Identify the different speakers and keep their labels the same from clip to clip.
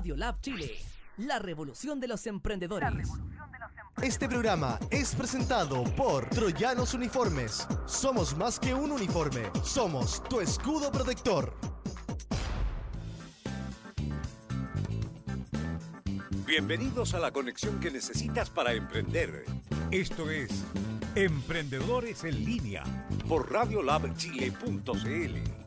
Speaker 1: Radiolab Chile, la revolución de los emprendedores.
Speaker 2: Este programa es presentado por Troyanos Uniformes. Somos más que un uniforme, somos tu escudo protector.
Speaker 3: Bienvenidos a la conexión que necesitas para emprender
Speaker 4: Esto es Emprendedores en Línea.
Speaker 3: por radiolabchile.cl.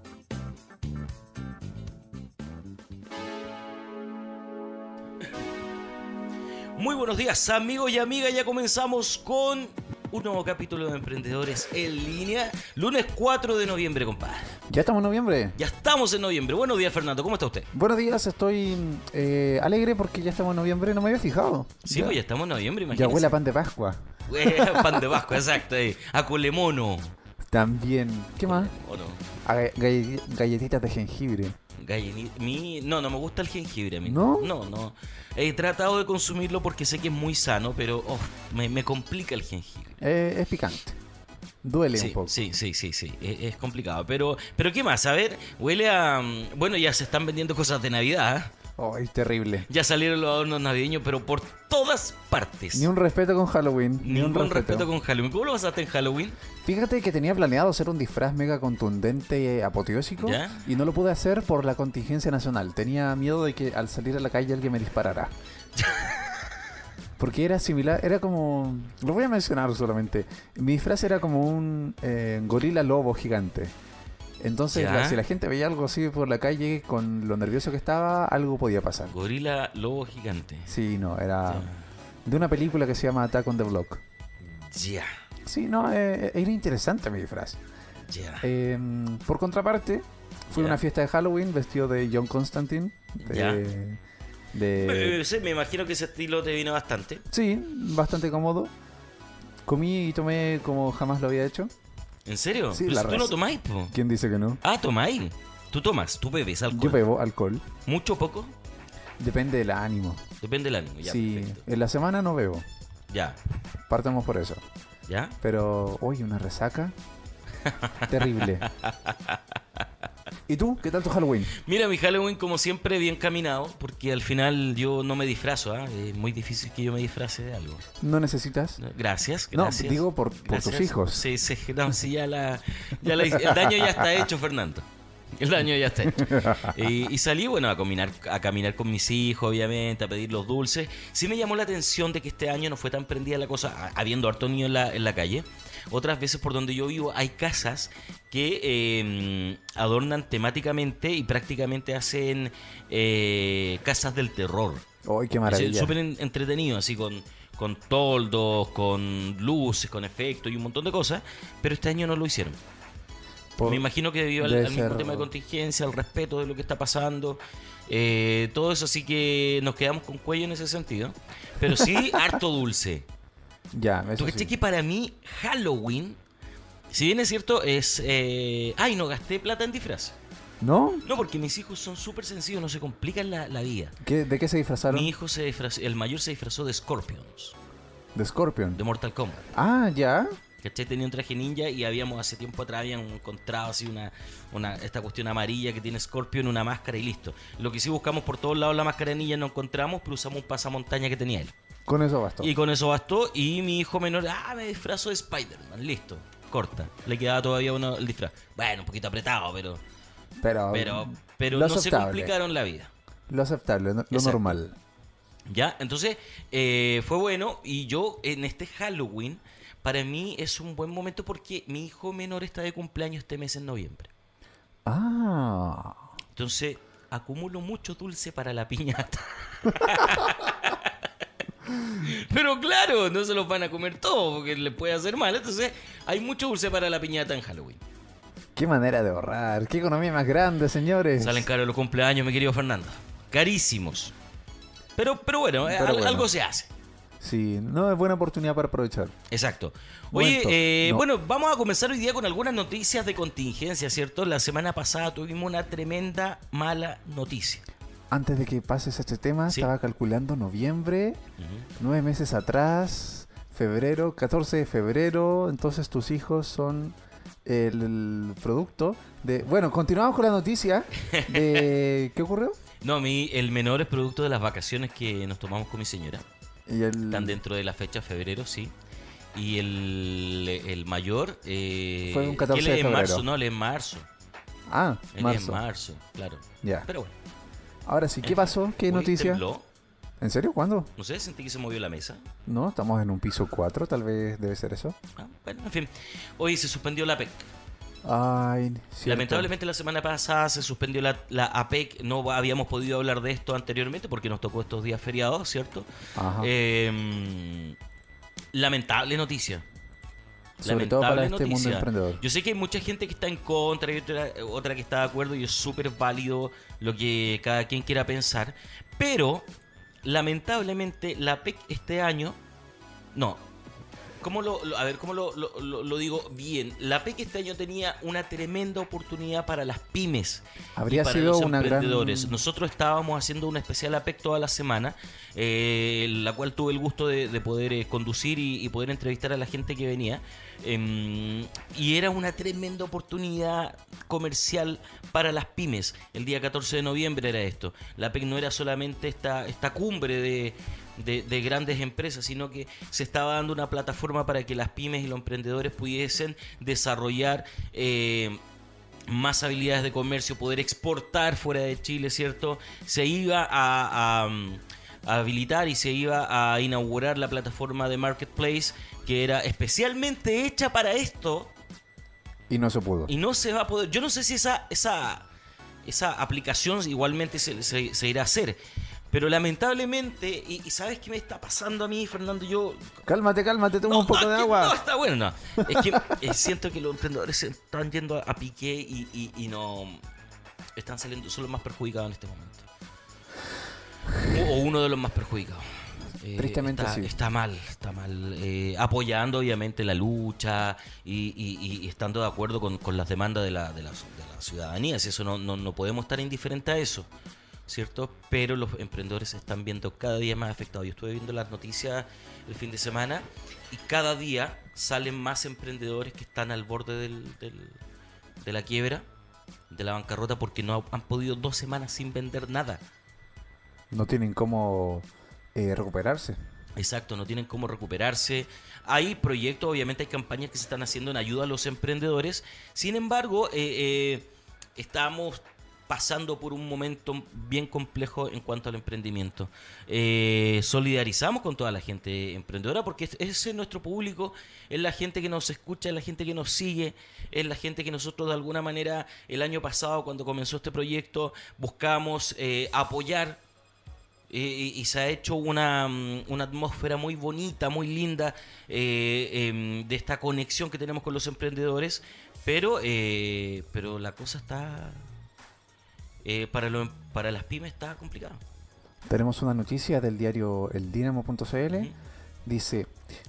Speaker 5: Muy buenos días, amigos y amigas. Ya comenzamos con un nuevo capítulo de Emprendedores en Línea. Lunes 4 de noviembre, compadre.
Speaker 6: Ya estamos en noviembre.
Speaker 5: Ya estamos en noviembre. Buenos días, Fernando. ¿Cómo está usted?
Speaker 6: Buenos días, estoy eh, alegre porque ya estamos en noviembre, no me había fijado.
Speaker 5: Sí, pues ya estamos en noviembre,
Speaker 6: Ya
Speaker 5: imagínese.
Speaker 6: huele a pan de Pascua.
Speaker 5: Eh, pan de vasco, exacto. ahí. A colemono.
Speaker 6: También. ¿Qué más?
Speaker 5: ¿O no?
Speaker 6: A ga- galle- galletitas de jengibre.
Speaker 5: Gallini- mi- no, no me gusta el jengibre a mí.
Speaker 6: ¿No?
Speaker 5: No, no. He tratado de consumirlo porque sé que es muy sano, pero oh, me, me complica el jengibre.
Speaker 6: Eh, es picante. Duele
Speaker 5: Sí,
Speaker 6: un poco.
Speaker 5: sí, sí, sí, sí, es, es complicado. Pero, pero ¿qué más? A ver, huele a... mm, Bueno, ya se están vendiendo cosas de Navidad. ¿eh?
Speaker 6: Oh, es terrible.
Speaker 5: Ya salieron los adornos navideños, pero por todas partes.
Speaker 6: Ni un respeto con Halloween. Ni un
Speaker 5: Ningún
Speaker 6: respeto.
Speaker 5: respeto con Halloween. ¿Cómo lo pasaste en Halloween?
Speaker 6: Fíjate que tenía planeado hacer un disfraz mega contundente eh, apoteósico
Speaker 5: ¿Ya?
Speaker 6: y no lo pude hacer por la contingencia nacional. Tenía miedo de que al salir a la calle alguien me disparara. Porque era similar, era como... Lo voy a mencionar solamente. Mi disfraz era como un eh, gorila lobo gigante. Entonces,
Speaker 5: ¿Ya?
Speaker 6: la- si la gente veía algo así por la calle, con lo nervioso que estaba, algo podía pasar.
Speaker 5: Gorila lobo gigante.
Speaker 6: Sí, no, era de una película que se llama Attack on the Block.
Speaker 5: Ya,
Speaker 6: Sí, no, eh, era interesante mi disfraz.
Speaker 5: ya.
Speaker 6: Eh, por contraparte,
Speaker 5: Ya.
Speaker 6: fui a una fiesta de Halloween vestido de John Constantine. De,
Speaker 5: Ya.
Speaker 6: de-
Speaker 5: Eh, sí, me imagino que ese estilo te vino bastante.
Speaker 6: sí, bastante cómodo. Comí y tomé como jamás lo había hecho.
Speaker 5: ¿En serio?
Speaker 6: Sí,
Speaker 5: Pero
Speaker 6: la
Speaker 5: si tú
Speaker 6: res-
Speaker 5: no tomáis, po.
Speaker 6: ¿Quién dice que no?
Speaker 5: Ah, tomáis. Tú tomas, tú bebes alcohol.
Speaker 6: Yo bebo alcohol.
Speaker 5: ¿Mucho o poco?
Speaker 6: Depende del ánimo.
Speaker 5: Depende del ánimo. Ya,
Speaker 6: si
Speaker 5: perfecto.
Speaker 6: en la semana no bebo,
Speaker 5: Ya,
Speaker 6: partamos por eso.
Speaker 5: ya.
Speaker 6: Pero hoy una resaca terrible. ¿Y tú? ¿Qué tal tu Halloween?
Speaker 5: Mira, mi Halloween, como siempre, bien caminado, porque al final yo no me disfrazo, ¿ah? Es muy difícil que yo me disfrace de algo.
Speaker 6: ¿No necesitas?
Speaker 5: Gracias,
Speaker 6: No,
Speaker 5: gracias.
Speaker 6: digo por- por tus
Speaker 5: Gracias.
Speaker 6: hijos.
Speaker 5: Sí, sí, no, sí, ya la, ya la hice. El daño ya está hecho, Fernando. El daño ya está hecho. Y, y salí, bueno, a caminar, a caminar con mis hijos, obviamente, a pedir los dulces. Sí me llamó la atención de que este año no fue tan prendida la cosa, a- habiendo harto niño en la, en la calle. Otras veces por donde yo vivo hay casas que eh, adornan temáticamente y prácticamente hacen eh, casas del terror.
Speaker 6: ¡Ay,
Speaker 5: Así,
Speaker 6: qué maravilla!
Speaker 5: Súper en- entretenido, así con, con toldos, con luces, con efectos y un montón de cosas, pero este año no lo hicieron.
Speaker 6: Por-
Speaker 5: Me imagino que debido al,
Speaker 6: debe
Speaker 5: al mismo
Speaker 6: ser-
Speaker 5: tema de contingencia, al respeto de lo que está pasando, eh, todo eso, así que nos quedamos con cuello en ese sentido. Pero sí, harto dulce.
Speaker 6: Ya,
Speaker 5: ¿Tú
Speaker 6: eso
Speaker 5: cachai
Speaker 6: sí.
Speaker 5: que para mí Halloween, si bien es cierto, es... eh, ay, no gasté plata en disfraz.
Speaker 6: ¿No?
Speaker 5: No, porque mis hijos son súper sencillos, no se complican la, la vida.
Speaker 6: ¿Qué- ¿De qué se disfrazaron?
Speaker 5: Mi hijo se disfrazó, el mayor se disfrazó de Scorpions.
Speaker 6: De Scorpion.
Speaker 5: de Mortal Kombat.
Speaker 6: Ah, ya.
Speaker 5: ¿Cachai? Tenía un traje ninja y habíamos hace tiempo atrás habían encontrado así una, una esta cuestión amarilla que tiene Scorpion, una máscara y listo. Lo que sí buscamos por todos lados la máscara ninja no encontramos, pero usamos un pasamontaña que tenía él.
Speaker 6: Con eso bastó.
Speaker 5: Y con eso bastó y mi hijo menor, ah, me disfrazo de Spider-Man, listo, corta. Le quedaba todavía uno el disfraz. Bueno, un poquito apretado, pero
Speaker 6: Pero,
Speaker 5: pero pero
Speaker 6: Ah, lo
Speaker 5: no se
Speaker 6: aceptable.
Speaker 5: complicaron la vida.
Speaker 6: Lo aceptable, no- lo
Speaker 5: Exacto.
Speaker 6: normal.
Speaker 5: ¿Ya? Entonces, eh, fue bueno. Y yo, en este Halloween, para mí es un buen momento porque mi hijo menor está de cumpleaños este mes en noviembre.
Speaker 6: Ah.
Speaker 5: Entonces, acumulo mucho dulce para la piñata. Pero claro, no se los van a comer todos porque le puede hacer mal. Entonces, hay mucho dulce para la piñata en Halloween.
Speaker 6: Qué manera de ahorrar. Qué economía más grande, señores.
Speaker 5: Salen caros los cumpleaños, mi querido Fernando. Carísimos. Pero, pero bueno, eh,
Speaker 6: Pero
Speaker 5: al-
Speaker 6: bueno.
Speaker 5: algo se hace.
Speaker 6: Sí, no es buena oportunidad para aprovechar.
Speaker 5: Exacto.
Speaker 6: Buen
Speaker 5: Oye,
Speaker 6: top.
Speaker 5: eh,
Speaker 6: No.
Speaker 5: bueno, vamos a comenzar hoy día con algunas noticias de contingencia, ¿cierto? La semana pasada tuvimos una tremenda mala noticia.
Speaker 6: Antes de que pases a este tema,
Speaker 5: Sí.
Speaker 6: estaba calculando noviembre, nueve meses atrás, febrero, 14 de febrero. Entonces tus hijos son el, el producto de... Bueno, continuamos con la noticia de... ¿Qué ocurrió?
Speaker 5: No, mi, el menor es producto de las vacaciones que nos tomamos con mi señora.
Speaker 6: Y el...
Speaker 5: Están dentro de la fecha febrero, sí. Y el, el mayor. eh,
Speaker 6: Fue un 14
Speaker 5: él
Speaker 6: de
Speaker 5: es en
Speaker 6: febrero.
Speaker 5: marzo, no, él es en marzo.
Speaker 6: Ah,
Speaker 5: Él es en
Speaker 6: marzo.
Speaker 5: marzo, claro.
Speaker 6: Ya.
Speaker 5: Pero bueno.
Speaker 6: Ahora sí, ¿qué
Speaker 5: Eh,
Speaker 6: pasó? ¿Qué
Speaker 5: hoy
Speaker 6: noticia?
Speaker 5: tembló.
Speaker 6: ¿En serio? ¿Cuándo?
Speaker 5: No sé, sentí que se movió la mesa.
Speaker 6: No, estamos en un piso 4, tal vez debe ser eso.
Speaker 5: Ah, bueno, en fin. Hoy se suspendió la PEC.
Speaker 6: Ay, cierto.
Speaker 5: Lamentablemente la semana pasada se suspendió la, la APEC, no habíamos podido hablar de esto anteriormente porque nos tocó estos días feriados, ¿cierto?
Speaker 6: Ajá.
Speaker 5: Eh, lamentable noticia.
Speaker 6: Sobre todo para
Speaker 5: lamentable
Speaker 6: este mundo
Speaker 5: noticia.
Speaker 6: emprendedor.
Speaker 5: Yo sé que hay mucha gente que está en contra y otra, otra que está de acuerdo y es súper válido lo que cada quien quiera pensar, pero lamentablemente la PEC este año, no, ¿Cómo lo, lo- a ver, ¿cómo lo, lo- lo- lo digo bien? La PEC este año tenía una tremenda oportunidad para las pymes.
Speaker 6: Habría
Speaker 5: y para
Speaker 6: sido
Speaker 5: los
Speaker 6: una gran-
Speaker 5: emprendedores. Nosotros estábamos haciendo una especial APEC toda la semana, eh, la cual tuve el gusto de, de poder eh, conducir y, y poder entrevistar a la gente que venía. Em, y era una tremenda oportunidad comercial para las pymes. El día 14 de noviembre era esto. La PEC no era solamente esta, esta cumbre de, de, de grandes empresas, sino que se estaba dando una plataforma para que las pymes y los emprendedores pudiesen desarrollar eh, más habilidades de comercio, poder exportar fuera de Chile, ¿cierto? Se iba a, a, mm, a habilitar y se iba a inaugurar la plataforma de Marketplace que era especialmente hecha para esto
Speaker 6: Y no se pudo.
Speaker 5: y no se va a poder. Yo no sé si esa, esa, esa aplicación igualmente se, se- se irá a hacer. Pero lamentablemente, y, y ¿sabes qué me está pasando a mí, Fernando? Yo
Speaker 6: Cálmate, cálmate, toma un poco
Speaker 5: no,
Speaker 6: de
Speaker 5: aquí
Speaker 6: agua.
Speaker 5: No, está bueno. no. Es que eh, siento que los emprendedores se están yendo a, a piqué y, y- y no. Están saliendo, son los más perjudicados en este momento. O, o uno de los más perjudicados. Eh,
Speaker 6: Tristemente
Speaker 5: está,
Speaker 6: sí.
Speaker 5: está mal, está mal. eh, apoyando obviamente la lucha y, y- y- y estando de acuerdo con, con las demandas de la, de la- de la ciudadanía. Si eso no, no, no podemos estar indiferentes a eso. ¿cierto? Pero los emprendedores se están viendo cada día más afectados. Yo estuve viendo las noticias el fin de semana y cada día salen más emprendedores que están al borde del- del- de la quiebra, de la bancarrota, porque no han podido dos semanas sin vender nada.
Speaker 6: No tienen cómo eh, recuperarse.
Speaker 5: Exacto, no tienen cómo recuperarse. Hay proyectos, obviamente hay campañas que se están haciendo en ayuda a los emprendedores. Sin embargo, eh, eh, estamos pasando por un momento bien complejo en cuanto al emprendimiento. Eh, solidarizamos con toda la gente emprendedora porque es- ese es nuestro público, es la gente que nos escucha, es la gente que nos sigue, es la gente que nosotros de alguna manera el año pasado cuando comenzó este proyecto buscamos eh, apoyar eh, y, y se ha hecho una, mm, una atmósfera muy bonita, muy linda eh, em, de esta conexión que tenemos con los emprendedores, pero, eh, pero la cosa está... eh, para, lo- para las pymes está complicado.
Speaker 6: Tenemos una noticia del diario eldinamo.cl. Dice,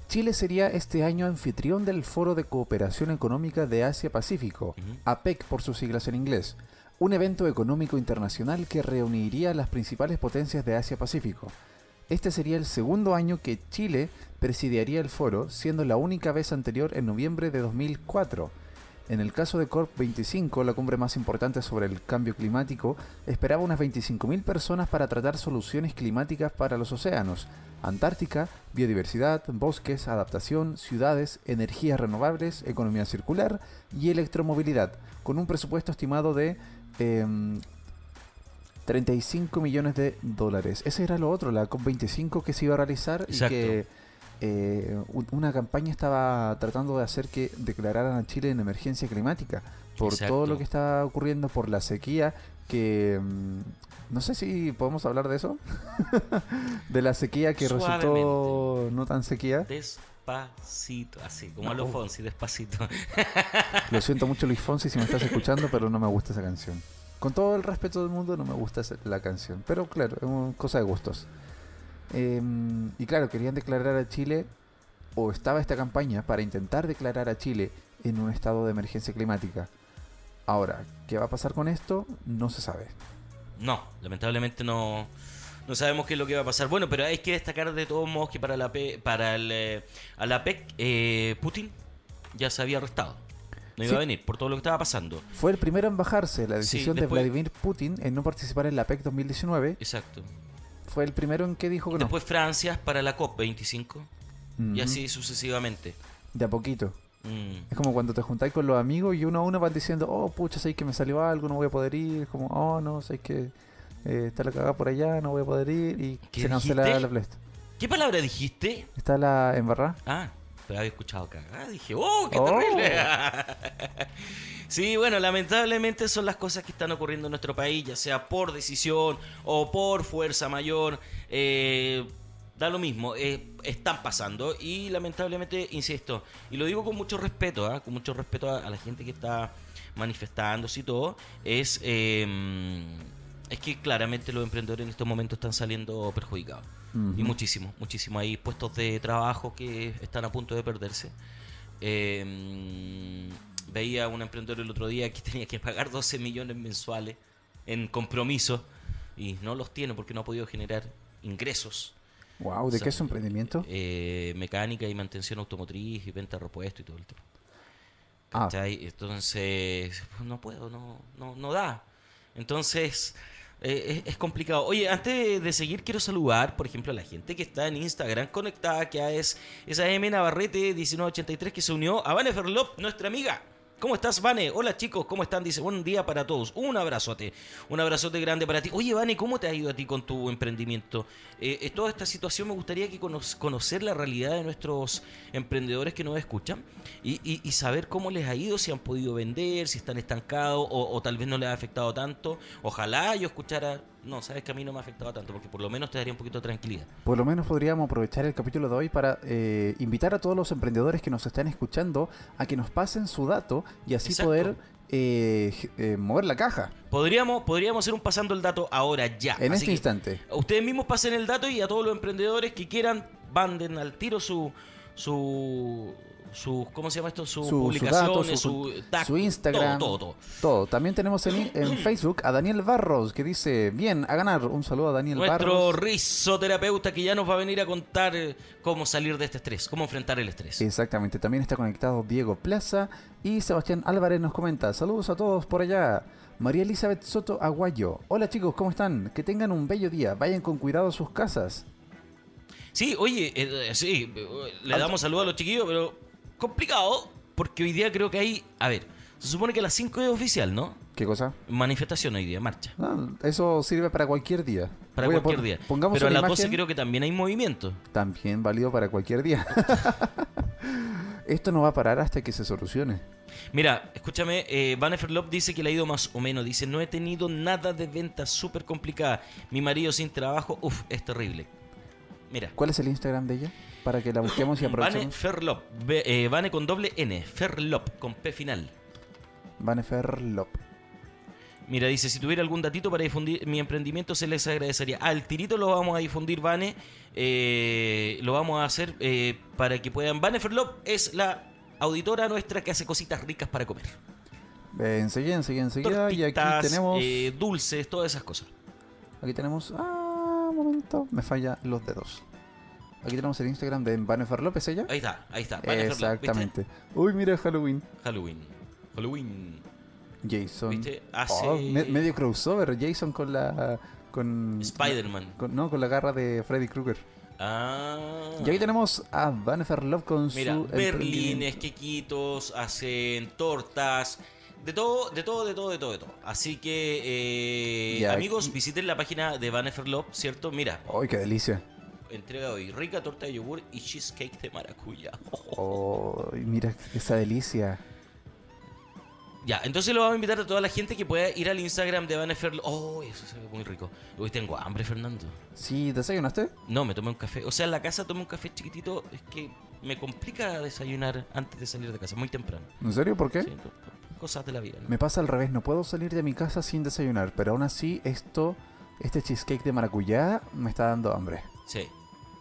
Speaker 6: Chile sería este año anfitrión del Foro de Cooperación Económica de Asia-Pacífico,
Speaker 5: Ujú.
Speaker 6: APEC E por sus siglas en inglés, un evento económico internacional que reuniría a las principales potencias de Asia-Pacífico. Este sería el segundo año que Chile presidiaría el foro, siendo la única vez anterior en noviembre de 2004. En el caso de COP25, la cumbre más importante sobre el cambio climático, esperaba unas 25.000 personas para tratar soluciones climáticas para los océanos, Antártica, biodiversidad, bosques, adaptación, ciudades, energías renovables, economía circular y electromovilidad, con un presupuesto estimado de em, 35 millones de dólares. Ese era lo otro, la COP25 que se iba a realizar
Speaker 5: Exacto.
Speaker 6: y que eh, un- una campaña estaba tratando de hacer que declararan a Chile en emergencia climática por
Speaker 5: Exacto.
Speaker 6: todo lo que está ocurriendo, por la sequía que... mm, no sé si podemos hablar de eso. de la sequía que resultó
Speaker 5: Suavemente.
Speaker 6: no tan sequía.
Speaker 5: Despacito, así, como a los Fonsi, despacito.
Speaker 6: Lo siento mucho Luis Fonsi si me estás escuchando, pero no me gusta esa canción. Con todo el respeto del mundo, no me gusta esa- la canción. Pero claro, es una cosa de gustos. Eh, y claro, querían declarar a Chile, o estaba esta campaña para intentar declarar a Chile en un estado de emergencia climática. Ahora, ¿qué va a pasar con esto? No se sabe.
Speaker 5: No, lamentablemente no, no sabemos qué es lo que va a pasar. Bueno, pero hay que destacar de todos modos que E para la, P- para el, eh, a la PEC eh, Putin ya se había arrestado. no iba
Speaker 6: Sí.
Speaker 5: a venir por todo lo que estaba pasando.
Speaker 6: Fue el primero en bajarse la
Speaker 5: Sí,
Speaker 6: decisión
Speaker 5: después-
Speaker 6: de Vladimir Putin en no participar en la E APEC 2019.
Speaker 5: Exacto.
Speaker 6: Fue el primero en que dijo que no.
Speaker 5: Después Francia para la COP25
Speaker 6: Ujú.
Speaker 5: y así sucesivamente.
Speaker 6: De a poquito.
Speaker 5: Mm.
Speaker 6: Es como cuando te juntáis con los amigos y uno a uno van diciendo, oh, pucha, sé que me salió algo, no voy a poder ir. Como, oh, no, sé que eh, está la cagada por allá, no voy a poder ir. Y
Speaker 5: ¿Qué
Speaker 6: se cancela
Speaker 5: dijiste?
Speaker 6: la Blast.
Speaker 5: ¿Qué palabra dijiste?
Speaker 6: Está la embarrada.
Speaker 5: Ah, pero había escuchado cagada. Dije, ¡oh, qué
Speaker 6: Oh.
Speaker 5: terrible! sí, bueno, lamentablemente son las cosas que están ocurriendo en nuestro país, ya sea por decisión o por fuerza mayor. eh, da lo mismo, eh, están pasando y lamentablemente, insisto, y lo digo con mucho respeto, ¿ah? con mucho respeto a, a la gente que está manifestándose y todo, es, eh, es que claramente los emprendedores en estos momentos están saliendo perjudicados. Y muchísimo, muchísimo. Hay puestos de trabajo que están a punto de perderse. Eh, veía a un emprendedor el otro día que tenía que pagar 12 millones mensuales en compromisos y no los tiene porque no ha podido generar ingresos.
Speaker 6: Wow, ¿de
Speaker 5: O sea,
Speaker 6: qué es su emprendimiento?
Speaker 5: Eh, mecánica y mantención automotriz y venta de repuestos y todo el tema.
Speaker 6: Ah.
Speaker 5: ¿Cachai? Entonces, pues, no puedo, no, no, no da. Entonces, eh, es, es complicado. Oye, antes de seguir, quiero saludar, por ejemplo, a la gente que está en Instagram conectada, que es esa M Navarrete 1983 que se unió a Vane Ferlop, nuestra amiga. ¿Cómo estás, Vane? Hola, chicos, ¿cómo están? Dice, buen día para todos. Un abrazote. Un abrazote grande para ti. Oye, Vane, ¿cómo te ha ido a ti con tu emprendimiento? Eh, eh, toda esta situación me gustaría que cono- conocer la realidad de nuestros emprendedores que nos escuchan y, y- y saber cómo les ha ido, si han podido vender, si están estancados o, o tal vez no les ha afectado tanto. Ojalá yo escuchara... No, sabes que a mí no me ha afectado tanto porque por lo menos te daría un poquito de tranquilidad.
Speaker 6: Por lo menos podríamos aprovechar el capítulo de hoy para eh, invitar a todos los emprendedores que nos están escuchando a que nos pasen su dato y así
Speaker 5: Exacto.
Speaker 6: poder eh, g- eh, mover la caja
Speaker 5: Podríamos, podríamos hacer un pasando el dato ahora ya.
Speaker 6: en
Speaker 5: Así
Speaker 6: este
Speaker 5: que
Speaker 6: instante.
Speaker 5: Ustedes mismos pasen el dato y a todos los emprendedores que quieran, manden al tiro su. su su- ¿Cómo se llama esto? Sus
Speaker 6: Su- su dato,
Speaker 5: publicaciones,
Speaker 6: su-
Speaker 5: su, tag,
Speaker 6: su Instagram.
Speaker 5: Todo, todo, todo.
Speaker 6: Todo. También tenemos en, en Facebook a Daniel Barros que dice, bien, a ganar. Un saludo a Daniel
Speaker 5: Nuestro
Speaker 6: Barros.
Speaker 5: rizoterapeuta que ya nos va a venir a contar eh, cómo salir de este estrés, cómo enfrentar el estrés.
Speaker 6: Exactamente, también está conectado Diego Plaza y Sebastián Álvarez nos comenta, saludos a todos por allá. María Elizabeth Soto Aguayo, hola chicos, ¿cómo están? Que tengan un bello día, vayan con cuidado a sus casas.
Speaker 5: Sí, oye, eh, eh, sí, eh, le damos saludos a los chiquillos, pero complicado, porque hoy día creo que hay. A ver, se supone que a las 5 es oficial, ¿no?
Speaker 6: ¿Qué cosa?
Speaker 5: Manifestación hoy día, marcha.
Speaker 6: Ah, eso sirve para cualquier día.
Speaker 5: Para
Speaker 6: Voy a
Speaker 5: cualquier
Speaker 6: pon-
Speaker 5: día.
Speaker 6: Pongamos
Speaker 5: Pero a
Speaker 6: una
Speaker 5: las 12
Speaker 6: imagen,
Speaker 5: creo que también hay movimiento.
Speaker 6: También válido para cualquier día. Esto no va a parar hasta que se solucione.
Speaker 5: Mira, escúchame, eh, Vannefer Love dice que le ha ido más o menos. Dice, no he tenido nada de venta súper complicada. Mi marido sin trabajo, uff, es terrible. Mira,
Speaker 6: ¿Cuál es el Instagram de ella? Para que la busquemos y
Speaker 5: Vane
Speaker 6: aprovechemos.
Speaker 5: Ferlop, ve- eh, Vane con doble N, Ferlop, con P final.
Speaker 6: Vanefer Lop.
Speaker 5: Mira, dice, si tuviera algún datito para difundir mi emprendimiento, se les agradecería. Al tirito lo vamos a difundir, Vane. eh, lo vamos a hacer eh, para que puedan... Vane Ferlop es la auditora nuestra que hace cositas ricas para comer.
Speaker 6: Eh, Enseguida, enseguida, enseguida. Y aquí
Speaker 5: Tortitas,
Speaker 6: tenemos.
Speaker 5: eh, dulces, todas esas cosas.
Speaker 6: Aquí tenemos. Ah, un momento. Me fallan los dedos. Aquí tenemos el Instagram de Vanefer Lop, ¿es ella?
Speaker 5: Ahí está, ahí está. Vale, Fernández,
Speaker 6: Exactamente. Uy, mira Halloween.
Speaker 5: ¿viste? Halloween. Halloween.
Speaker 6: Jason.
Speaker 5: ¿Viste? Hace-
Speaker 6: Oh, me- medio crossover. Jason con la. Con.
Speaker 5: Spider-Man.
Speaker 6: con- no, con la garra de Freddy Krueger.
Speaker 5: Ah.
Speaker 6: Y ahí tenemos a Vannefer Love con
Speaker 5: Mira,
Speaker 6: su.
Speaker 5: berlines,
Speaker 6: emprendimiento.
Speaker 5: quequitos, hacen tortas. De todo, de todo, de todo, de todo, de todo. Así que, eh,
Speaker 6: Ya,
Speaker 5: amigos,
Speaker 6: aquí-
Speaker 5: visiten la página de Vannefer Love, ¿cierto? Mira,
Speaker 6: ¡Ay, qué delicia!
Speaker 5: entrega hoy rica torta de yogur y cheesecake de maracuya.
Speaker 6: ¡Oh, mira esa delicia!
Speaker 5: Ya, entonces lo vamos a invitar a toda la gente que pueda ir al Instagram de Vannefer Love. Oh, eso se ve muy rico. Hoy tengo hambre, Fernando.
Speaker 6: Sí, ¿desayunaste?
Speaker 5: No, me tomé un café. O sea, en la casa tomé un café chiquitito. Es que me complica desayunar antes de salir de casa, muy temprano.
Speaker 6: ¿En serio? ¿Por qué?
Speaker 5: Sí, co- co- cosas de la vida. ¿no?
Speaker 6: ¿Eh? Me pasa al revés, no puedo salir de mi casa sin desayunar, pero aún así esto, este cheesecake de maracuyá me está dando hambre.
Speaker 5: Sí,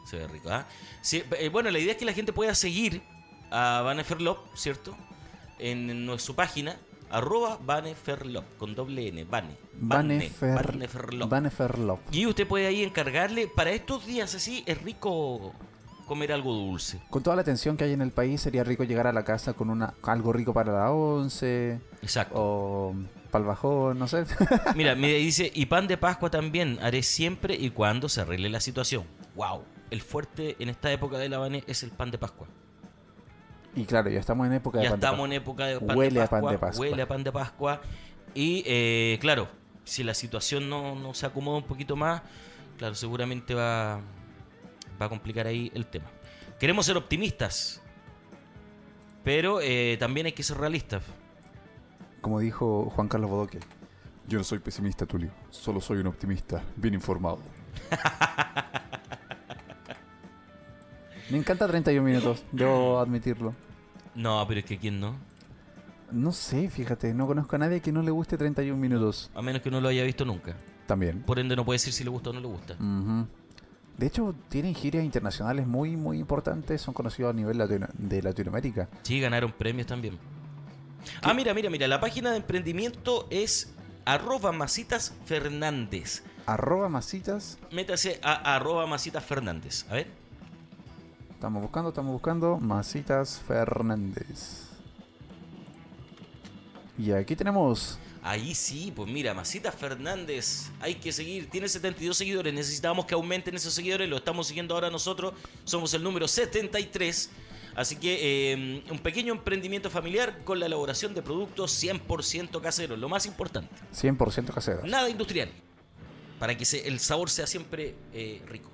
Speaker 5: se ve rico. ¿ah? Sí, eh, bueno, la idea es que la gente pueda seguir a Vaneferlop, ¿cierto? En, en su página, arroba Vaneferlop, con doble N, Vane.
Speaker 6: Vanefer-
Speaker 5: Vaneferlop.
Speaker 6: Vanefer Love.
Speaker 5: Y usted puede ahí encargarle, para estos días así, es rico comer algo dulce.
Speaker 6: Con toda la tensión que hay en el país, sería rico llegar a la casa con una, algo rico para la once
Speaker 5: Exacto.
Speaker 6: o para el bajón, no sé.
Speaker 5: Mira, me dice, y pan de Pascua también haré siempre y cuando se arregle la situación. Wow, el fuerte en esta época de La Habana es el pan de Pascua.
Speaker 6: y claro, ya estamos en época de
Speaker 5: ya
Speaker 6: pan de
Speaker 5: estamos
Speaker 6: Pascua.
Speaker 5: en época de pan,
Speaker 6: Huele
Speaker 5: de
Speaker 6: a
Speaker 5: Pascua,
Speaker 6: pan de Pascua.
Speaker 5: Huele a pan de Pascua. Y eh, claro, si la situación no, no se acomoda un poquito más, claro, seguramente va, va a complicar ahí el tema. Queremos ser optimistas, pero eh, también hay que ser realistas.
Speaker 6: Como dijo Juan Carlos Bodoque.
Speaker 7: Yo no soy pesimista, Tulio. Solo soy un optimista, bien informado.
Speaker 6: Me encanta 31 minutos, debo admitirlo.
Speaker 5: No, pero es que quién no.
Speaker 6: No sé, fíjate, no conozco a nadie que no le guste 31 minutos
Speaker 5: A menos que no lo haya visto nunca.
Speaker 6: también.
Speaker 5: Por ende no puede decir si le gusta o no le gusta.
Speaker 6: Ujú. De hecho, tienen giras internacionales muy, muy importantes, son conocidos a nivel latino- de Latinoamérica.
Speaker 5: Sí, ganaron premios también. Ah, mira, mira, mira. La página de emprendimiento es arroba masitas fernández.
Speaker 6: Arroba masitas,
Speaker 5: Métase a arroba masitas fernández. A ver.
Speaker 6: estamos buscando, estamos buscando, masitas Fernández. Y aquí tenemos
Speaker 5: Ahí sí, pues mira, Masitas Fernández, hay que seguir, tiene 72 seguidores, necesitamos que aumenten esos seguidores, lo estamos siguiendo ahora nosotros, somos el número 73, así que eh, un pequeño emprendimiento familiar con la elaboración de productos 100% caseros, lo más importante,
Speaker 6: 100% caseros.
Speaker 5: nada industrial, para que se- el sabor sea siempre eh, rico.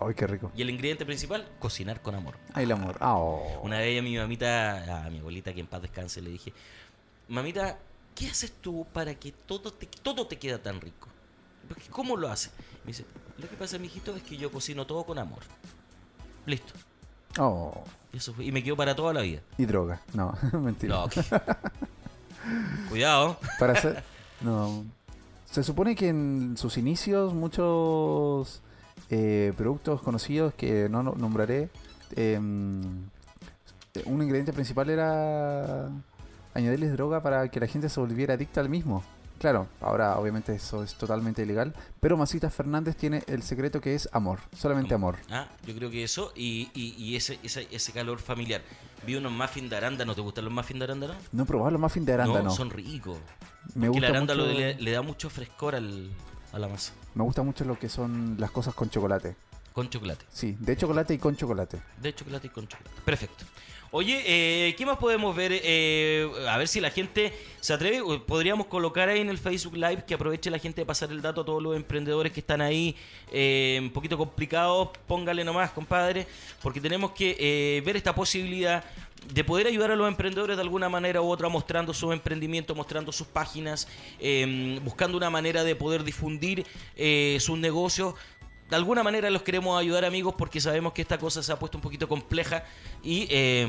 Speaker 6: Ay, qué rico.
Speaker 5: Y el ingrediente principal, cocinar con amor.
Speaker 6: Ay, el amor. Ah, oh.
Speaker 5: Una vez a mi mamita, a mi abuelita que en paz descanse, le dije, mamita, ¿qué haces tú para que todo te, todo te queda tan rico? Porque, ¿Cómo lo haces? Me dice, lo que pasa, mijito, es que yo cocino todo con amor. Listo.
Speaker 6: Oh.
Speaker 5: Y, eso fue- y me quedo para toda la vida.
Speaker 6: Y droga. No, mentira.
Speaker 5: No, que- Cuidado.
Speaker 6: Para ser- No. Se supone que en sus inicios muchos eh, productos conocidos que no no- nombraré, eh, un ingrediente principal era añadirles droga para que la gente se volviera adicta al mismo. Claro, ahora obviamente eso es totalmente ilegal, pero Masita Fernández tiene el secreto que es amor, solamente amor.
Speaker 5: Ah, yo creo que eso y, y- y ese, ese, ese calor familiar. Vi unos muffins de arándano. ¿Te gustan los muffins de arándano?
Speaker 6: No he probado los muffins de arándano.
Speaker 5: No, son ricos.
Speaker 6: me,
Speaker 5: Que el
Speaker 6: gusta
Speaker 5: arándano
Speaker 6: mucho,
Speaker 5: le, le da mucho frescor al, a la masa.
Speaker 6: me gusta mucho lo que son las cosas con chocolate.
Speaker 5: Con chocolate.
Speaker 6: Sí, de chocolate y con chocolate.
Speaker 5: De chocolate y con chocolate. Perfecto. Oye, eh, ¿qué más podemos ver? Eh, a ver si la gente se atreve. Eh, Podríamos colocar ahí en el Facebook Live que aproveche la gente de pasar el dato a todos los emprendedores que están ahí eh, un poquito complicados. Póngale nomás, compadre, porque tenemos que eh, ver esta posibilidad de poder ayudar a los emprendedores de alguna manera u otra mostrando sus emprendimientos, mostrando sus páginas, eh, buscando una manera de poder difundir eh, sus negocios. De alguna manera los queremos ayudar amigos porque sabemos que esta cosa se ha puesto un poquito compleja y, eh,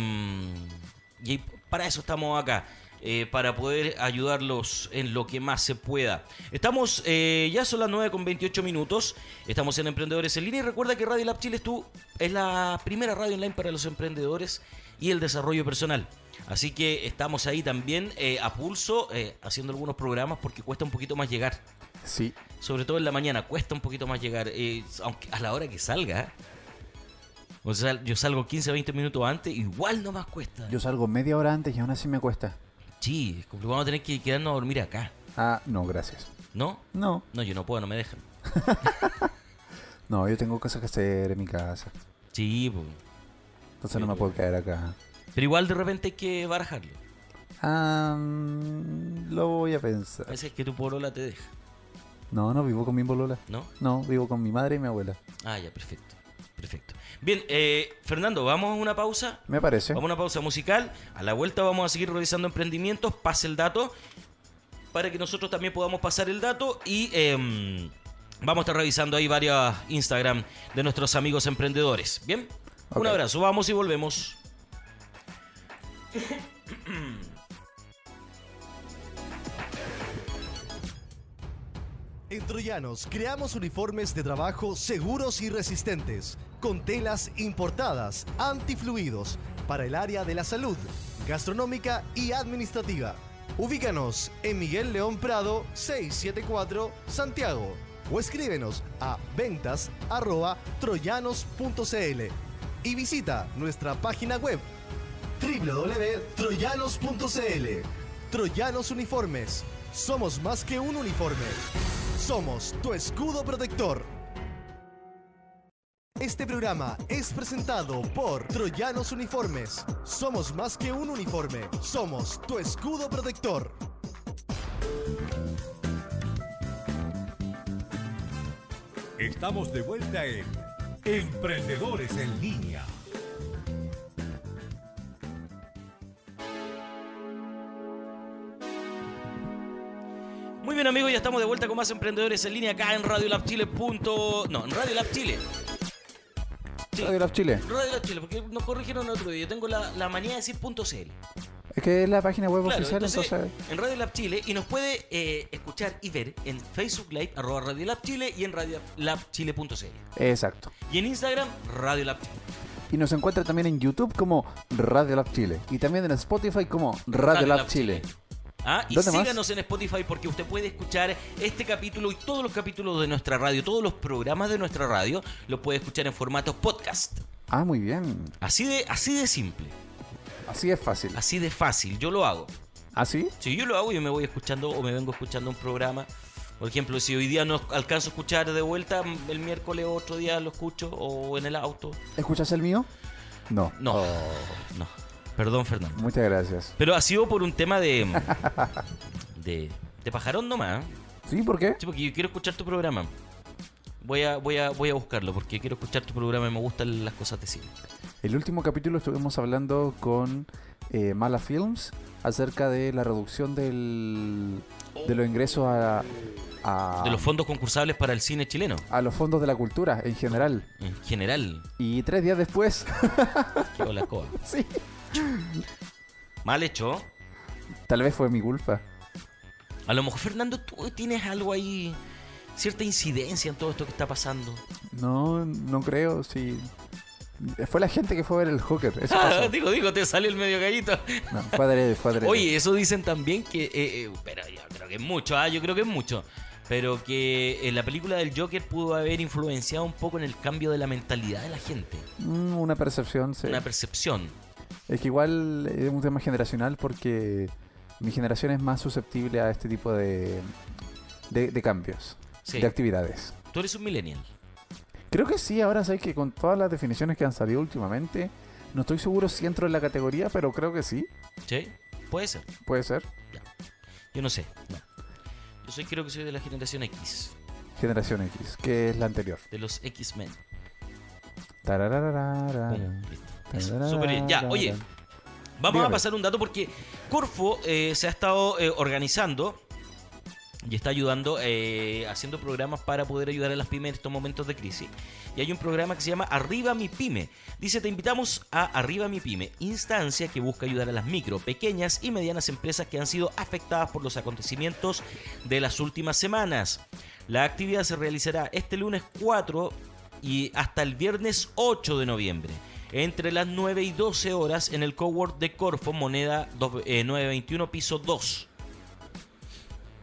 Speaker 5: y para eso estamos acá, eh, para poder ayudarlos en lo que más se pueda. Estamos, eh, ya son las 9 con 28 minutos, estamos en Emprendedores en Línea y recuerda que Radio Lab Chile es, tu- es la primera radio online para los emprendedores y el desarrollo personal. Así que estamos ahí también eh, a pulso eh, haciendo algunos programas porque cuesta un poquito más llegar
Speaker 6: Sí,
Speaker 5: sobre todo en la mañana, cuesta un poquito más llegar, eh, aunque a la hora que salga. ¿eh? O sea, yo salgo 15, 20 minutos antes, igual no más cuesta.
Speaker 6: Yo salgo media hora antes y aún así me cuesta.
Speaker 5: Sí, es complicado, vamos a tener que quedarnos a dormir acá,
Speaker 6: Ah, no, gracias.
Speaker 5: ¿no?
Speaker 6: No.
Speaker 5: No, yo no puedo, no me dejan.
Speaker 6: No, yo tengo cosas que hacer en mi casa.
Speaker 5: Sí, po.
Speaker 6: Entonces no me puedo caer acá.
Speaker 5: pero igual de repente hay que barajarlo.
Speaker 6: Ah, mm, lo voy a
Speaker 5: A
Speaker 6: pensar.
Speaker 5: veces es que tu porola te deja,
Speaker 6: No, no vivo con mi bolola.
Speaker 5: ¿no?
Speaker 6: No, vivo con mi madre y mi abuela.
Speaker 5: Ah, ya, perfecto. Perfecto. Bien, eh, Fernando, vamos a una pausa.
Speaker 6: Me parece.
Speaker 5: Vamos a una pausa musical. A la vuelta vamos a seguir revisando emprendimientos. Pase el dato para que nosotros también podamos pasar el dato y em, vamos a estar revisando ahí varios Instagram de nuestros amigos emprendedores. Bien, un
Speaker 6: Ok.
Speaker 5: abrazo. Vamos y volvemos.
Speaker 2: En Troyanos creamos uniformes de trabajo seguros y resistentes, con telas importadas, antifluidos, para el área de la salud, gastronómica y administrativa. Ubícanos en Miguel León Prado 674 Santiago o escríbenos a ventas@troyanos.cl. y visita nuestra página web www.troyanos.cl. Troyanos Uniformes. Somos más que un uniforme. Somos tu escudo protector. Este programa es presentado por Troyanos Uniformes. Somos más que un uniforme. Somos tu escudo protector.
Speaker 4: Estamos de vuelta en Emprendedores en Línea.
Speaker 5: Muy bien amigos, ya estamos de vuelta con más emprendedores en línea acá en Radiolabchile. punto- No, en Radiolab Chile. Sí,
Speaker 6: Radio Lab Chile.
Speaker 5: Radiolab Chile, porque nos corrigieron el otro día. Yo tengo la, la manía de decir punto .cl.
Speaker 6: Es que es la página web
Speaker 5: Claro,
Speaker 6: oficial,
Speaker 5: entonces,
Speaker 6: entonces...
Speaker 5: en Radio Lab Chile y nos puede eh, escuchar y ver en Facebook Live, arroba Radio Lab Chile y en radiolabchile.cl.
Speaker 6: Exacto.
Speaker 5: Y en Instagram, Radio Lab Chile.
Speaker 6: Y nos encuentra también en YouTube como Radio Lab Chile. Y también en Spotify como Radio Lab Chile.
Speaker 5: Ah, y
Speaker 6: ¿Dónde más?
Speaker 5: síganos en Spotify porque usted puede escuchar este capítulo y todos los capítulos de nuestra radio, todos los programas de nuestra radio, los puede escuchar en formato podcast.
Speaker 6: Ah, muy bien.
Speaker 5: Así de, así de simple,
Speaker 6: Así es fácil. ¿Ah,
Speaker 5: así de fácil, yo lo hago.
Speaker 6: ¿Así?
Speaker 5: Si yo lo hago, yo me voy escuchando o me vengo escuchando un programa. Por ejemplo, si hoy día no alcanzo a escuchar de vuelta, el miércoles otro día lo escucho o en el auto.
Speaker 6: ¿Escuchas el mío? No.
Speaker 5: No, no. Perdón, Fernando.
Speaker 6: Muchas gracias.
Speaker 5: Pero ha sido por un tema de. de, de pajarón nomás. ¿eh?
Speaker 6: ¿Sí? ¿Por qué?
Speaker 5: Sí, porque yo quiero escuchar tu programa. Voy a, voy, a, voy a buscarlo porque quiero escuchar tu programa y me gustan las cosas de cine.
Speaker 6: El último capítulo estuvimos hablando con eh, Mala Films acerca de la reducción del, de los ingresos a, a-
Speaker 5: De los fondos concursables para el cine chileno,
Speaker 6: a los fondos de la cultura en general.
Speaker 5: en general.
Speaker 6: Y tres días después,
Speaker 5: Quedó la escoba.
Speaker 6: sí,
Speaker 5: Mal hecho.
Speaker 6: tal vez fue mi culpa.
Speaker 5: A lo mejor, Fernando, tú tienes algo ahí, cierta incidencia en todo esto que está pasando.
Speaker 6: No, no creo, sí. Fue la gente que fue a ver el Joker. Eso
Speaker 5: Ah,
Speaker 6: pasó.
Speaker 5: digo, digo, te sale el medio gallito.
Speaker 6: No, fue adrede, fue adrede.
Speaker 5: Oye, eso dicen también que. eh, eh, pero yo creo que es mucho, ah, yo creo que es mucho. Pero que eh, la película del Joker pudo haber influenciado un poco en el cambio de la mentalidad de la gente.
Speaker 6: Mm, Una percepción, sí.
Speaker 5: Una percepción.
Speaker 6: Es que igual es un tema generacional porque mi generación es más susceptible a este tipo de, de, de cambios,
Speaker 5: Sí.
Speaker 6: de actividades.
Speaker 5: Tú eres un millennial.
Speaker 6: Creo que sí, ahora sabes que con todas las definiciones que han salido últimamente, no estoy seguro si entro en la categoría, pero creo que sí,
Speaker 5: ¿Sí? Puede ser.
Speaker 6: puede ser.
Speaker 5: Yo no sé. No. Yo soy, creo que soy de la generación X.
Speaker 6: Generación X, que es la anterior.
Speaker 5: De los X-Men.
Speaker 6: Tararararara.
Speaker 5: Pum, listo. Eso, súper bien. Ya, oye. Vamos a
Speaker 6: Dígame.
Speaker 5: pasar un dato porque Corfo eh, se ha estado eh, organizando y está ayudando, eh, haciendo programas para poder ayudar a las pymes en estos momentos de crisis. Y hay un programa que se llama Arriba mi pyme. Dice, te invitamos a Arriba mi pyme, instancia que busca ayudar a las micro, pequeñas y medianas empresas que han sido afectadas por los acontecimientos de las últimas semanas. La actividad se realizará este lunes 4 y hasta el viernes 8 de noviembre. Entre las 9 y 12 horas en el cowork de Corfo, moneda dos- eh, 921, piso 2.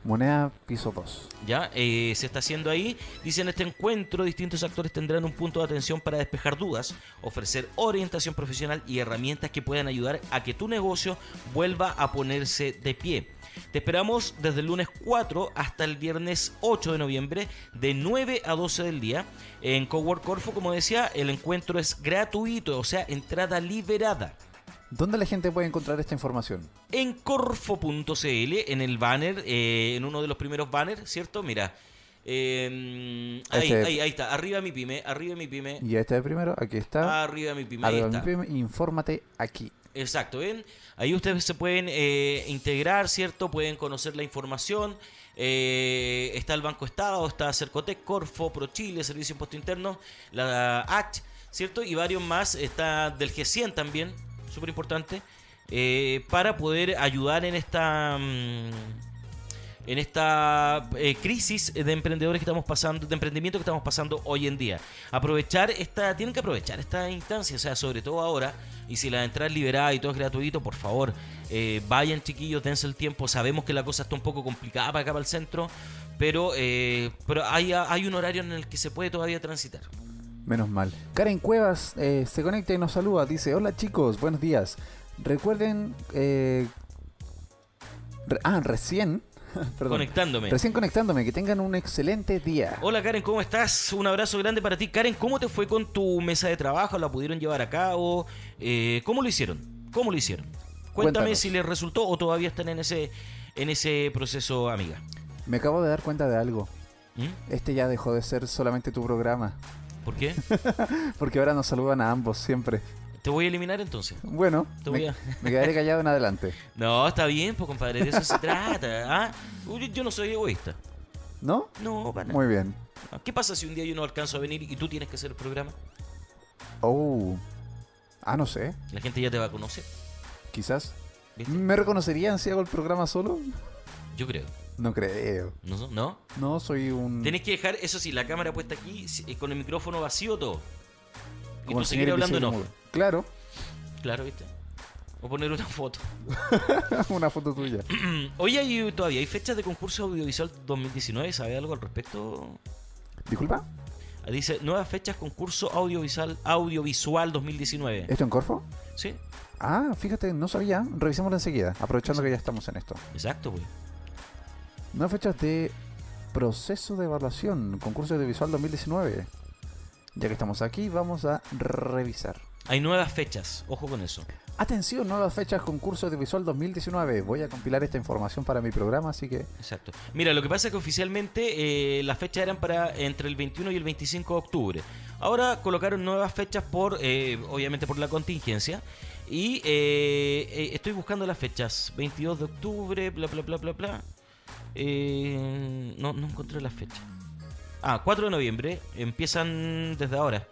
Speaker 6: Moneda piso 2.
Speaker 5: ¿ya? Eh, se está haciendo ahí. Dice, en este encuentro distintos actores tendrán un punto de atención para despejar dudas, ofrecer orientación profesional y herramientas que puedan ayudar a que tu negocio vuelva a ponerse de pie. Te esperamos desde el lunes 4 hasta el viernes 8 de noviembre de 9 a 12 del día en Cowork Corfo. Como decía, el encuentro es gratuito, o sea, entrada liberada
Speaker 6: ¿Dónde la gente puede encontrar esta información?
Speaker 5: en corfo.cl, en el banner, eh, en uno de los primeros banners, ¿cierto? Mira. eh, ahí,
Speaker 6: Este.
Speaker 5: ahí, ahí está. Arriba mi pyme, arriba mi pyme,
Speaker 6: Y este de primero, aquí está.
Speaker 5: arriba mi pyme.
Speaker 6: Arriba
Speaker 5: Ah, ahí
Speaker 6: mi
Speaker 5: está.
Speaker 6: pyme, infórmate aquí.
Speaker 5: Exacto, ¿ven? Ahí ustedes se pueden eh, integrar, ¿cierto? Pueden conocer la información. Eh, está el Banco Estado, está Cercotec, Corfo, ProChile, Servicio de Impuesto Interno, la ACT, ¿cierto? Y varios más. Está del G100 también, súper importante, eh, para poder ayudar en esta... mm, en esta eh, crisis de emprendedores que estamos pasando, de emprendimiento que estamos pasando hoy en día. Aprovechar esta, tienen que aprovechar esta instancia, o sea, sobre todo ahora, y si la entrada es liberada y todo es gratuito, por favor, eh, vayan chiquillos, dense el tiempo, sabemos que la cosa está un poco complicada para acá, para el centro, pero, eh, pero hay, hay un horario en el que se puede todavía transitar.
Speaker 6: Menos mal. Karen Cuevas eh, se conecta y nos saluda. Dice, hola chicos, buenos días. Recuerden... eh, re- ah, recién... perdón.
Speaker 5: Conectándome.
Speaker 6: Recién conectándome. Que tengan un excelente día.
Speaker 5: Hola Karen, ¿cómo estás? Un abrazo grande para ti. Karen, ¿cómo te fue con tu mesa de trabajo? ¿La pudieron llevar a cabo? Eh, ¿Cómo lo hicieron? ¿Cómo lo hicieron? Cuéntame
Speaker 6: Cuéntanos.
Speaker 5: si les resultó o todavía están en ese, en ese proceso, amiga.
Speaker 6: Me acabo de dar cuenta de algo.
Speaker 5: ¿Mm?
Speaker 6: Este ya dejó de ser solamente tu programa.
Speaker 5: ¿Por qué?
Speaker 6: Porque ahora nos saludan a ambos siempre.
Speaker 5: Te voy a eliminar entonces.
Speaker 6: Bueno,
Speaker 5: Te voy
Speaker 6: me,
Speaker 5: a-
Speaker 6: me quedaré callado en adelante.
Speaker 5: No, está bien, pues compadre, de eso se trata. ¿ah? Uy, Yo no soy egoísta.
Speaker 6: ¿No?
Speaker 5: No, para nada.
Speaker 6: Muy bien.
Speaker 5: ¿Qué pasa si un día yo no alcanzo a venir y tú tienes que hacer el programa?
Speaker 6: Oh. Ah, no sé.
Speaker 5: La gente ya te va a conocer,
Speaker 6: Quizás.
Speaker 5: ¿viste?
Speaker 6: ¿Me reconocerían si hago el programa solo?
Speaker 5: Yo creo.
Speaker 6: No creo.
Speaker 5: ¿No? so- ¿No?
Speaker 6: No, soy un...
Speaker 5: Tenés que dejar, eso sí, la cámara puesta aquí, si- eh, con el micrófono vacío todo. Y
Speaker 6: como
Speaker 5: tú
Speaker 6: el
Speaker 5: seguir
Speaker 6: señor
Speaker 5: hablando en
Speaker 6: invisible
Speaker 5: off.
Speaker 6: mudo. Claro,
Speaker 5: Claro, ¿viste? O poner una foto.
Speaker 6: una foto tuya.
Speaker 5: Oye, hay, todavía hay fechas de concurso audiovisual 2019, ¿sabe algo al respecto?
Speaker 6: Disculpa,
Speaker 5: Ah, Dice, nuevas fechas concurso audiovisual audiovisual 2019.
Speaker 6: ¿esto en Corfo?
Speaker 5: Sí,
Speaker 6: Ah, fíjate, no sabía. Revisémoslo enseguida, aprovechando que ya estamos en esto.
Speaker 5: exacto, pues. güey.
Speaker 6: Nuevas fechas de proceso de evaluación, concurso audiovisual 2019. Ya que estamos aquí, vamos a revisar.
Speaker 5: Hay nuevas fechas, ojo con eso.
Speaker 6: Atención, nuevas fechas, concurso audiovisual 2019. Voy a compilar esta información para mi programa, así que...
Speaker 5: Exacto. Mira, lo que pasa es que oficialmente eh, las fechas eran para entre el 21 y el 25 de octubre. Ahora colocaron nuevas fechas por, eh, obviamente por la contingencia. Y eh, eh, estoy buscando las fechas. 22 de octubre, bla, bla, bla, bla, bla. Eh, no, no encontré las fechas. Ah, 4 de noviembre. Empiezan desde ahora.